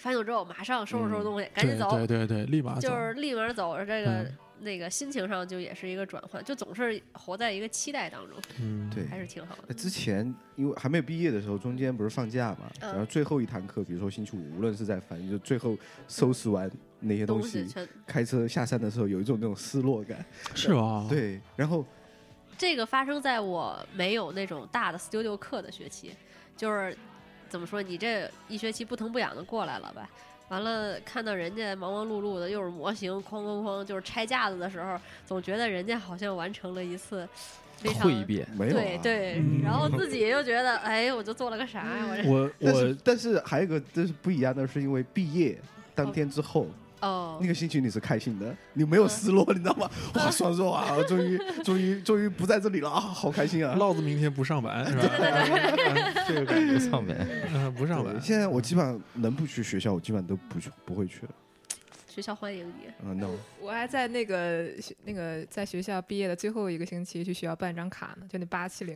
Speaker 3: final 之后马上收拾收拾
Speaker 2: 嗯
Speaker 3: 东西，赶紧
Speaker 4: 对
Speaker 3: 走，
Speaker 4: 对对对，立
Speaker 2: 啊
Speaker 4: 马走
Speaker 3: 就。是立马走，这个、
Speaker 4: 嗯
Speaker 3: 那个心情上就也是一个转换，就总是活在一个期待当中，
Speaker 4: 嗯，
Speaker 2: 对
Speaker 3: 还是挺好的
Speaker 2: 那。之前因为还没有毕业的时候，中间不是放假嘛，
Speaker 3: 嗯
Speaker 2: 然后最后一堂课，比如说星期五，无论是在反正就最后收拾完那些东
Speaker 3: 西
Speaker 2: 西，
Speaker 3: 全
Speaker 2: 开车下山的时候有一种那种失落感。
Speaker 4: 是啊吧？，
Speaker 2: 对，然后
Speaker 3: 这个发生在我没有那种大的 studio 课的学期，就是怎么说，你这一学期不疼不痒的过来了吧？完了，看到人家忙忙碌碌的，又是模型，哐哐哐，就是拆架子的时候，总觉得人家好像完成了一次非常
Speaker 5: 会一遍，
Speaker 2: 没有、啊、
Speaker 3: 对对，
Speaker 4: 嗯
Speaker 3: 然后自己又觉得，哎，我就做了个啥呀？
Speaker 2: 嗯
Speaker 3: 我这
Speaker 4: 我
Speaker 2: 但是
Speaker 4: 我
Speaker 2: 但是还有一个就是不一样的，是因为毕业当天之后，
Speaker 3: 哦
Speaker 2: 那，个心情你是开心的，你没有失落，你知道吗？哇，爽爽啊！我终于终于终于不在这里了啊，好开心啊！
Speaker 4: 浪子明天不上班是吧？
Speaker 2: *laughs*
Speaker 4: 啊这个感 *laughs*
Speaker 5: 不
Speaker 4: 觉
Speaker 5: 上呗。
Speaker 4: 啊不上
Speaker 2: 对
Speaker 4: 班。
Speaker 2: 现在我基本上能不去学校，我基本上都不去，不会去了。
Speaker 3: 学校欢迎你，
Speaker 2: 嗯、n o
Speaker 6: 我还在那个学那个在学校毕业的最后一个星期去学校办张卡呢，就那八七零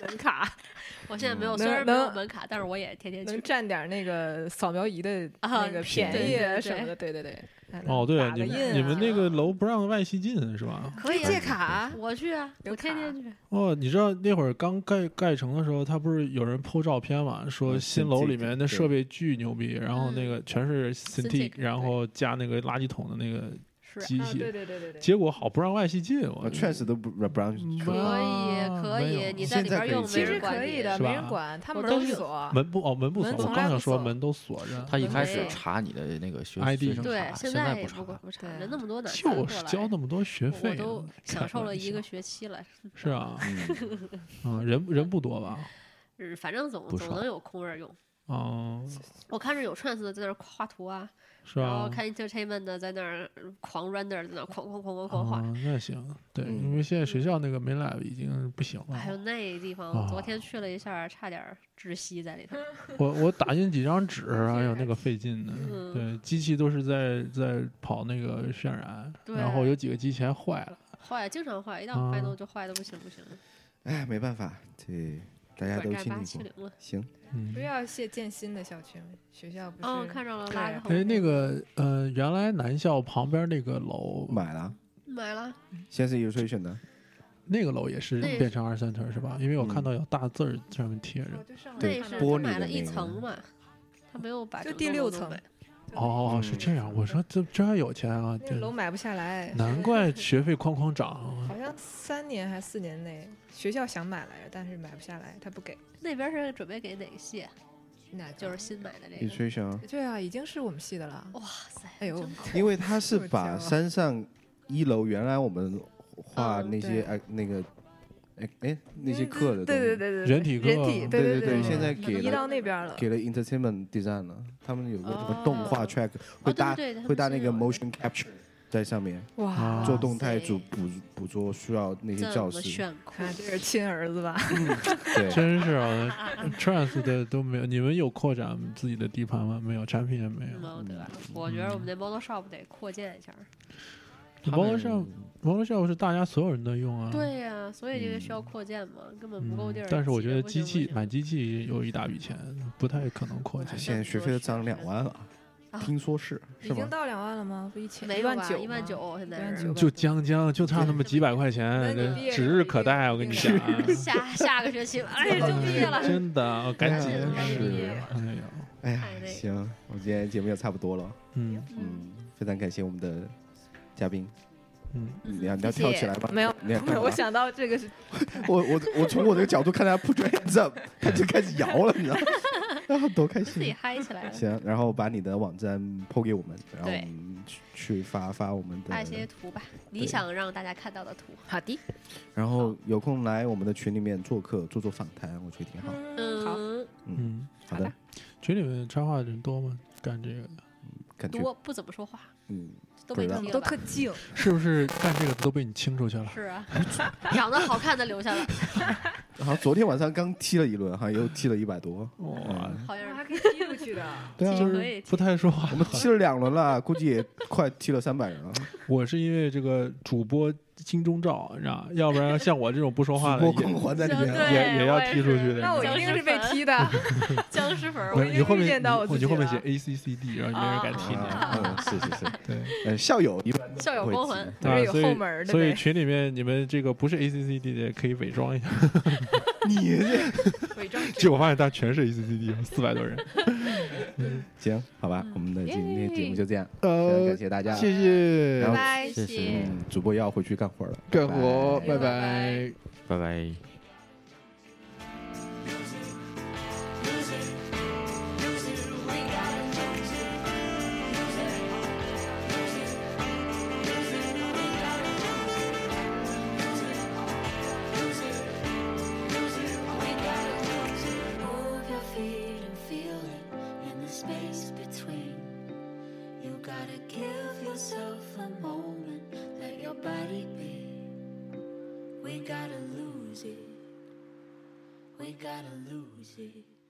Speaker 6: 门卡，
Speaker 3: *laughs* 我现在没有，
Speaker 6: 嗯
Speaker 3: 虽然没
Speaker 6: 能
Speaker 3: 有
Speaker 6: 能
Speaker 3: 门卡，但是我也天天
Speaker 6: 能
Speaker 3: 去。
Speaker 6: 占点那个扫描仪的
Speaker 3: 啊
Speaker 6: 那个
Speaker 3: 便
Speaker 6: 便宜
Speaker 3: 宜
Speaker 6: 啊什么的，对对对。还能
Speaker 4: 哦，对
Speaker 6: 打，
Speaker 4: 你
Speaker 6: 个印啊
Speaker 4: 们你们那个楼不让外系进是吧？
Speaker 3: 可以啊
Speaker 6: 借卡，
Speaker 3: 我去啊，
Speaker 6: 有
Speaker 3: 我天
Speaker 6: 卡
Speaker 3: 天去。
Speaker 4: 哦，你知道那会儿刚盖盖成的时候，他不是有人 PO 照片嘛？说
Speaker 2: 嗯
Speaker 4: 新
Speaker 2: ，Cintiq，
Speaker 4: 楼里面的
Speaker 2: 对
Speaker 4: 设备巨牛逼，然后那个全是 Cintiq，
Speaker 3: Cintiq，
Speaker 4: 然后加那个垃圾桶的那个
Speaker 3: 是
Speaker 4: 机
Speaker 6: 啊，对
Speaker 4: 器，
Speaker 6: 对对对对。
Speaker 4: 结果好不让外系进，我
Speaker 2: 我啊确实都不不让去。
Speaker 4: 嗯
Speaker 3: 可以
Speaker 4: 啊
Speaker 3: 可
Speaker 4: 没
Speaker 3: 以，
Speaker 4: 有
Speaker 3: 你在里边用没
Speaker 6: 其
Speaker 3: 人
Speaker 6: 实
Speaker 3: 管
Speaker 6: 可
Speaker 3: 你
Speaker 6: 以的，
Speaker 4: 是吧
Speaker 6: 没人管，他
Speaker 3: 我
Speaker 6: 门
Speaker 3: 都
Speaker 6: 都
Speaker 3: 是
Speaker 6: 锁。
Speaker 4: 门不哦门不锁，
Speaker 6: 啊门从来
Speaker 4: 我刚
Speaker 6: 不
Speaker 4: 想说
Speaker 6: 锁
Speaker 4: 门都锁着，
Speaker 5: 他一开
Speaker 3: 对
Speaker 5: 始查你的那个学
Speaker 4: ID
Speaker 5: 学生
Speaker 3: 对
Speaker 5: 卡，，现
Speaker 3: 在
Speaker 5: 不
Speaker 3: 也
Speaker 5: 查
Speaker 3: 不管不查，
Speaker 6: 对
Speaker 3: 人那么多哪查得
Speaker 4: 就
Speaker 3: 过来？
Speaker 4: 是交那么多学
Speaker 3: 我我
Speaker 4: 费，
Speaker 3: 都享受了一个
Speaker 4: 开玩笑
Speaker 3: 学期了，
Speaker 4: *laughs* 是啊，
Speaker 2: 嗯，
Speaker 4: 嗯，人人不多吧？
Speaker 3: 嗯反正总
Speaker 5: 不
Speaker 3: 总
Speaker 5: 少
Speaker 3: 能有空位用。
Speaker 4: 嗯，
Speaker 3: 我看着有 trans 的在那儿画图啊，
Speaker 4: 是
Speaker 3: 然后
Speaker 4: 啊。
Speaker 3: 看 entertainment 的在那儿狂 render，在那儿哐哐哐哐
Speaker 4: 啊
Speaker 3: 哐画。，
Speaker 4: 那行，对，
Speaker 2: 嗯
Speaker 4: 因为现在学校那个 main lab 已经不行了。
Speaker 3: 还有哎那地方，昨
Speaker 4: 啊
Speaker 3: 天去了一下，差点儿窒息在里头。
Speaker 4: 我我打印几张纸，啊还有那个费劲的，
Speaker 3: 嗯
Speaker 4: 对，机器都是在在跑那个渲染，
Speaker 3: 对
Speaker 4: 然后有几个机器还坏了，
Speaker 3: 坏，经常坏，一到
Speaker 4: 啊
Speaker 3: final 就坏的不行不行。
Speaker 2: 哎，没办法，这大家都
Speaker 3: 转战
Speaker 2: 经
Speaker 3: 八
Speaker 2: 历
Speaker 3: 七
Speaker 2: 过
Speaker 3: 零。了。
Speaker 2: 行，
Speaker 4: 嗯
Speaker 6: 不，要谢建新的校区，学校不是？
Speaker 3: 嗯，看着了，拉
Speaker 6: 对
Speaker 3: 着后
Speaker 4: 哎，
Speaker 3: 面
Speaker 4: 那个呃，原来南校旁边那个楼，
Speaker 2: 买了，啊
Speaker 3: 买了，
Speaker 2: 先是 illustration 的，
Speaker 4: 那个楼也是
Speaker 3: 那
Speaker 4: 变成二三层是吧？因为我看到有大字儿上面贴着，
Speaker 6: 我哦就上来
Speaker 2: 对
Speaker 3: 嗯那
Speaker 6: 看
Speaker 3: 是
Speaker 6: 到
Speaker 2: 玻
Speaker 3: 他
Speaker 2: 璃
Speaker 3: 买
Speaker 2: 的
Speaker 3: 了一
Speaker 2: 那个
Speaker 3: 层嘛，他没有把
Speaker 6: 就
Speaker 3: 整
Speaker 6: 第
Speaker 3: 栋
Speaker 6: 六
Speaker 3: 都
Speaker 6: 层
Speaker 3: 买
Speaker 4: 哦，是这样，我说这这还有钱啊，
Speaker 6: 那
Speaker 4: 这
Speaker 6: 个楼买不下来，
Speaker 4: 难怪学费哐哐涨，啊
Speaker 6: 好像三年还是四年内，学校想买来着，但是买不下来，他不给。
Speaker 3: 那边是准备给哪个系啊？
Speaker 6: 那就
Speaker 3: 就是新买的这个。
Speaker 2: illustration，
Speaker 6: 对啊，已经是我们系的了。
Speaker 3: 哇塞，
Speaker 6: 哎呦
Speaker 3: 真
Speaker 2: 因为它是
Speaker 6: 这么
Speaker 2: 把
Speaker 6: 讲啊
Speaker 2: 山上一楼原来我们画
Speaker 3: 嗯
Speaker 2: 那些
Speaker 6: 哦对嗯
Speaker 2: 哎那个哎哎那些课的东
Speaker 6: 对
Speaker 2: 西，
Speaker 6: 对对对，对
Speaker 4: 人体课
Speaker 6: 人体
Speaker 2: 啊对
Speaker 6: 对
Speaker 2: 对对
Speaker 6: 对，
Speaker 2: 现在
Speaker 3: 嗯
Speaker 2: 给
Speaker 6: 移
Speaker 2: 了
Speaker 6: 到那边了。
Speaker 2: 给了 entertainment design 了，他们有个什么
Speaker 6: 哦
Speaker 2: 动画 track 会搭
Speaker 3: 哦、对对对
Speaker 2: 会搭那个
Speaker 3: 他们现
Speaker 2: motion capture 在上面
Speaker 6: 哇
Speaker 4: 啊，
Speaker 2: 做动态
Speaker 3: 塞
Speaker 2: 组捕捕捉需要那
Speaker 3: 在
Speaker 2: 些
Speaker 3: 有
Speaker 2: 教
Speaker 3: 这么
Speaker 2: 室，
Speaker 3: 炫酷， *laughs*
Speaker 6: 看这是亲儿子吧？
Speaker 2: 对，
Speaker 4: 真是
Speaker 3: *laughs*
Speaker 4: 啊，trans 的都没有，你们有扩展自己的地盘吗？没有，产品也没有。
Speaker 2: 嗯
Speaker 3: 嗯对吧？我觉得我们那 model shop 得扩建一下。
Speaker 2: 他
Speaker 4: model
Speaker 2: 们
Speaker 4: shop Photoshop 是大家所有人都
Speaker 2: 嗯
Speaker 4: 用啊。
Speaker 3: 对呀、所以这个需要
Speaker 5: 嗯
Speaker 3: 扩建嘛，根本不
Speaker 4: 嗯。
Speaker 3: 够地儿。
Speaker 4: 但是我
Speaker 3: 挤
Speaker 4: 觉得
Speaker 3: 不
Speaker 4: 机
Speaker 3: 行不
Speaker 4: 器
Speaker 3: 行哎
Speaker 4: 买机器有一大笔钱，不太可能扩建。
Speaker 2: 现在学费都涨两万了，
Speaker 3: 啊
Speaker 2: 听说是
Speaker 6: 已
Speaker 2: *laughs* 是
Speaker 6: 经
Speaker 2: 吗？
Speaker 6: 到两万了吗？不一千
Speaker 3: 没
Speaker 6: 一
Speaker 3: 有
Speaker 6: 万
Speaker 3: 吧
Speaker 6: 九，
Speaker 3: 一万。九现在
Speaker 6: 19,900
Speaker 3: 是
Speaker 6: 吧
Speaker 4: 就将将就差那么几百块钱，
Speaker 6: 那你毕
Speaker 4: 这
Speaker 6: 业
Speaker 4: 指
Speaker 6: 了
Speaker 4: 日
Speaker 6: 毕
Speaker 4: 可
Speaker 6: 业
Speaker 4: 待。
Speaker 6: 了
Speaker 4: 我跟你
Speaker 6: 毕
Speaker 4: 讲
Speaker 6: 业
Speaker 4: 啊，。
Speaker 3: *laughs* 下下个学期了，
Speaker 2: *laughs* 嗯
Speaker 3: 哎，就毕业了
Speaker 4: 真的，哦赶紧
Speaker 3: 赶紧毕
Speaker 4: 是
Speaker 3: 业，
Speaker 4: 哎呀，
Speaker 2: 哎呀
Speaker 3: 太累，了
Speaker 2: 行，我们今天节目也差不多了，
Speaker 4: 嗯
Speaker 2: 嗯，非常感谢我们的嘉宾，
Speaker 4: 嗯，
Speaker 2: 你要你要
Speaker 3: 谢
Speaker 2: 跳
Speaker 3: 谢
Speaker 2: 起来吗？
Speaker 6: 没有，
Speaker 2: 你要干
Speaker 6: 没有，*laughs*
Speaker 2: 嘛
Speaker 6: 我想到这个是
Speaker 2: 我我我从我这个角度看他 put your hands up，他就开始摇了，你知道吗？ *laughs* 啊，多开
Speaker 3: 自己
Speaker 2: 心！
Speaker 3: 嗨起来了，
Speaker 2: 行，然后把你的网站抛给我们，然后
Speaker 3: 对
Speaker 2: 我们去去发发我们
Speaker 3: 发一些
Speaker 2: 的，
Speaker 3: 图吧，
Speaker 2: 对
Speaker 3: 你想让大家看到的图。
Speaker 6: 好的，
Speaker 2: 然后有空来我们的群里面做客，做做访谈，我觉得挺好。
Speaker 6: 嗯，好，
Speaker 3: 嗯，
Speaker 4: 嗯，
Speaker 2: 好的，
Speaker 4: 群里面插画的人多吗？干这个的
Speaker 2: 感觉
Speaker 3: 多不怎么说话，
Speaker 2: 嗯，
Speaker 3: 都
Speaker 2: 不
Speaker 3: 没
Speaker 2: 知道
Speaker 3: 听
Speaker 6: 都特静，
Speaker 4: 是不是干这个的都被你清出去了？
Speaker 3: 是啊，长得好看的留下了，
Speaker 2: 好像昨天晚上刚踢了一轮，好像又踢了一百多，
Speaker 4: 哇，
Speaker 3: 好像是
Speaker 6: 可以踢出去的。
Speaker 2: *laughs* 对
Speaker 3: 挺
Speaker 2: 啊，
Speaker 3: 可以
Speaker 4: 不太说话
Speaker 2: 我。们踢了两轮了，估计也快踢了三百 *laughs* 人了。啊
Speaker 4: 我是因为这个主播金钟罩，你知道，要不然像我这种不说话
Speaker 2: 主
Speaker 4: 的
Speaker 2: 播
Speaker 4: 也
Speaker 2: 光环在里
Speaker 3: 行
Speaker 2: 面
Speaker 3: 对
Speaker 2: 啊，
Speaker 4: 也也要
Speaker 3: 我也
Speaker 4: 踢出去
Speaker 3: 是
Speaker 4: 的。
Speaker 6: *laughs* 那我
Speaker 4: 你
Speaker 6: 一
Speaker 4: 知道
Speaker 6: 定
Speaker 4: 吗
Speaker 6: 是被踢
Speaker 4: *laughs*
Speaker 6: 的，
Speaker 3: 僵尸粉儿。
Speaker 6: 我
Speaker 4: 没有
Speaker 6: 已
Speaker 4: 你
Speaker 6: 经
Speaker 4: 后
Speaker 6: 预
Speaker 4: 面
Speaker 6: 见到我
Speaker 4: 你
Speaker 6: 自己
Speaker 4: 后面
Speaker 6: 了哦
Speaker 4: 写 A C C D，然后没人敢踢你。
Speaker 2: 嗯，是是是，
Speaker 4: *laughs* 对，
Speaker 2: 嗯，校友一般都
Speaker 3: 校友
Speaker 2: 不会
Speaker 3: 光
Speaker 2: 踢
Speaker 3: 环
Speaker 6: 不是
Speaker 4: 啊，
Speaker 6: 有
Speaker 4: 所
Speaker 6: 后门儿
Speaker 4: 以
Speaker 6: 的
Speaker 4: 所以
Speaker 6: 呗
Speaker 4: 群里面你们这个不是 A C C D 的也可以伪装一 *laughs* 下。
Speaker 2: 你这
Speaker 6: 伪装者
Speaker 4: *laughs* 结果发现他全是 A C C D，四百多人。
Speaker 2: 行，好
Speaker 3: 嗯
Speaker 2: 吧，我们的今天节目就这样，非常
Speaker 4: 呃
Speaker 2: 感，谢大家，
Speaker 4: 谢谢，
Speaker 2: 然后
Speaker 3: 拜
Speaker 5: 谢谢
Speaker 3: 谢。
Speaker 2: 嗯，主播要回去干活了，
Speaker 4: 干活，
Speaker 2: 拜
Speaker 4: 拜
Speaker 2: 拜
Speaker 4: 拜。
Speaker 5: 拜拜。
Speaker 1: Move your feet and feel it in the space between. You gotta give yourself a moment, let your body be. We gotta lose it. We gotta lose it.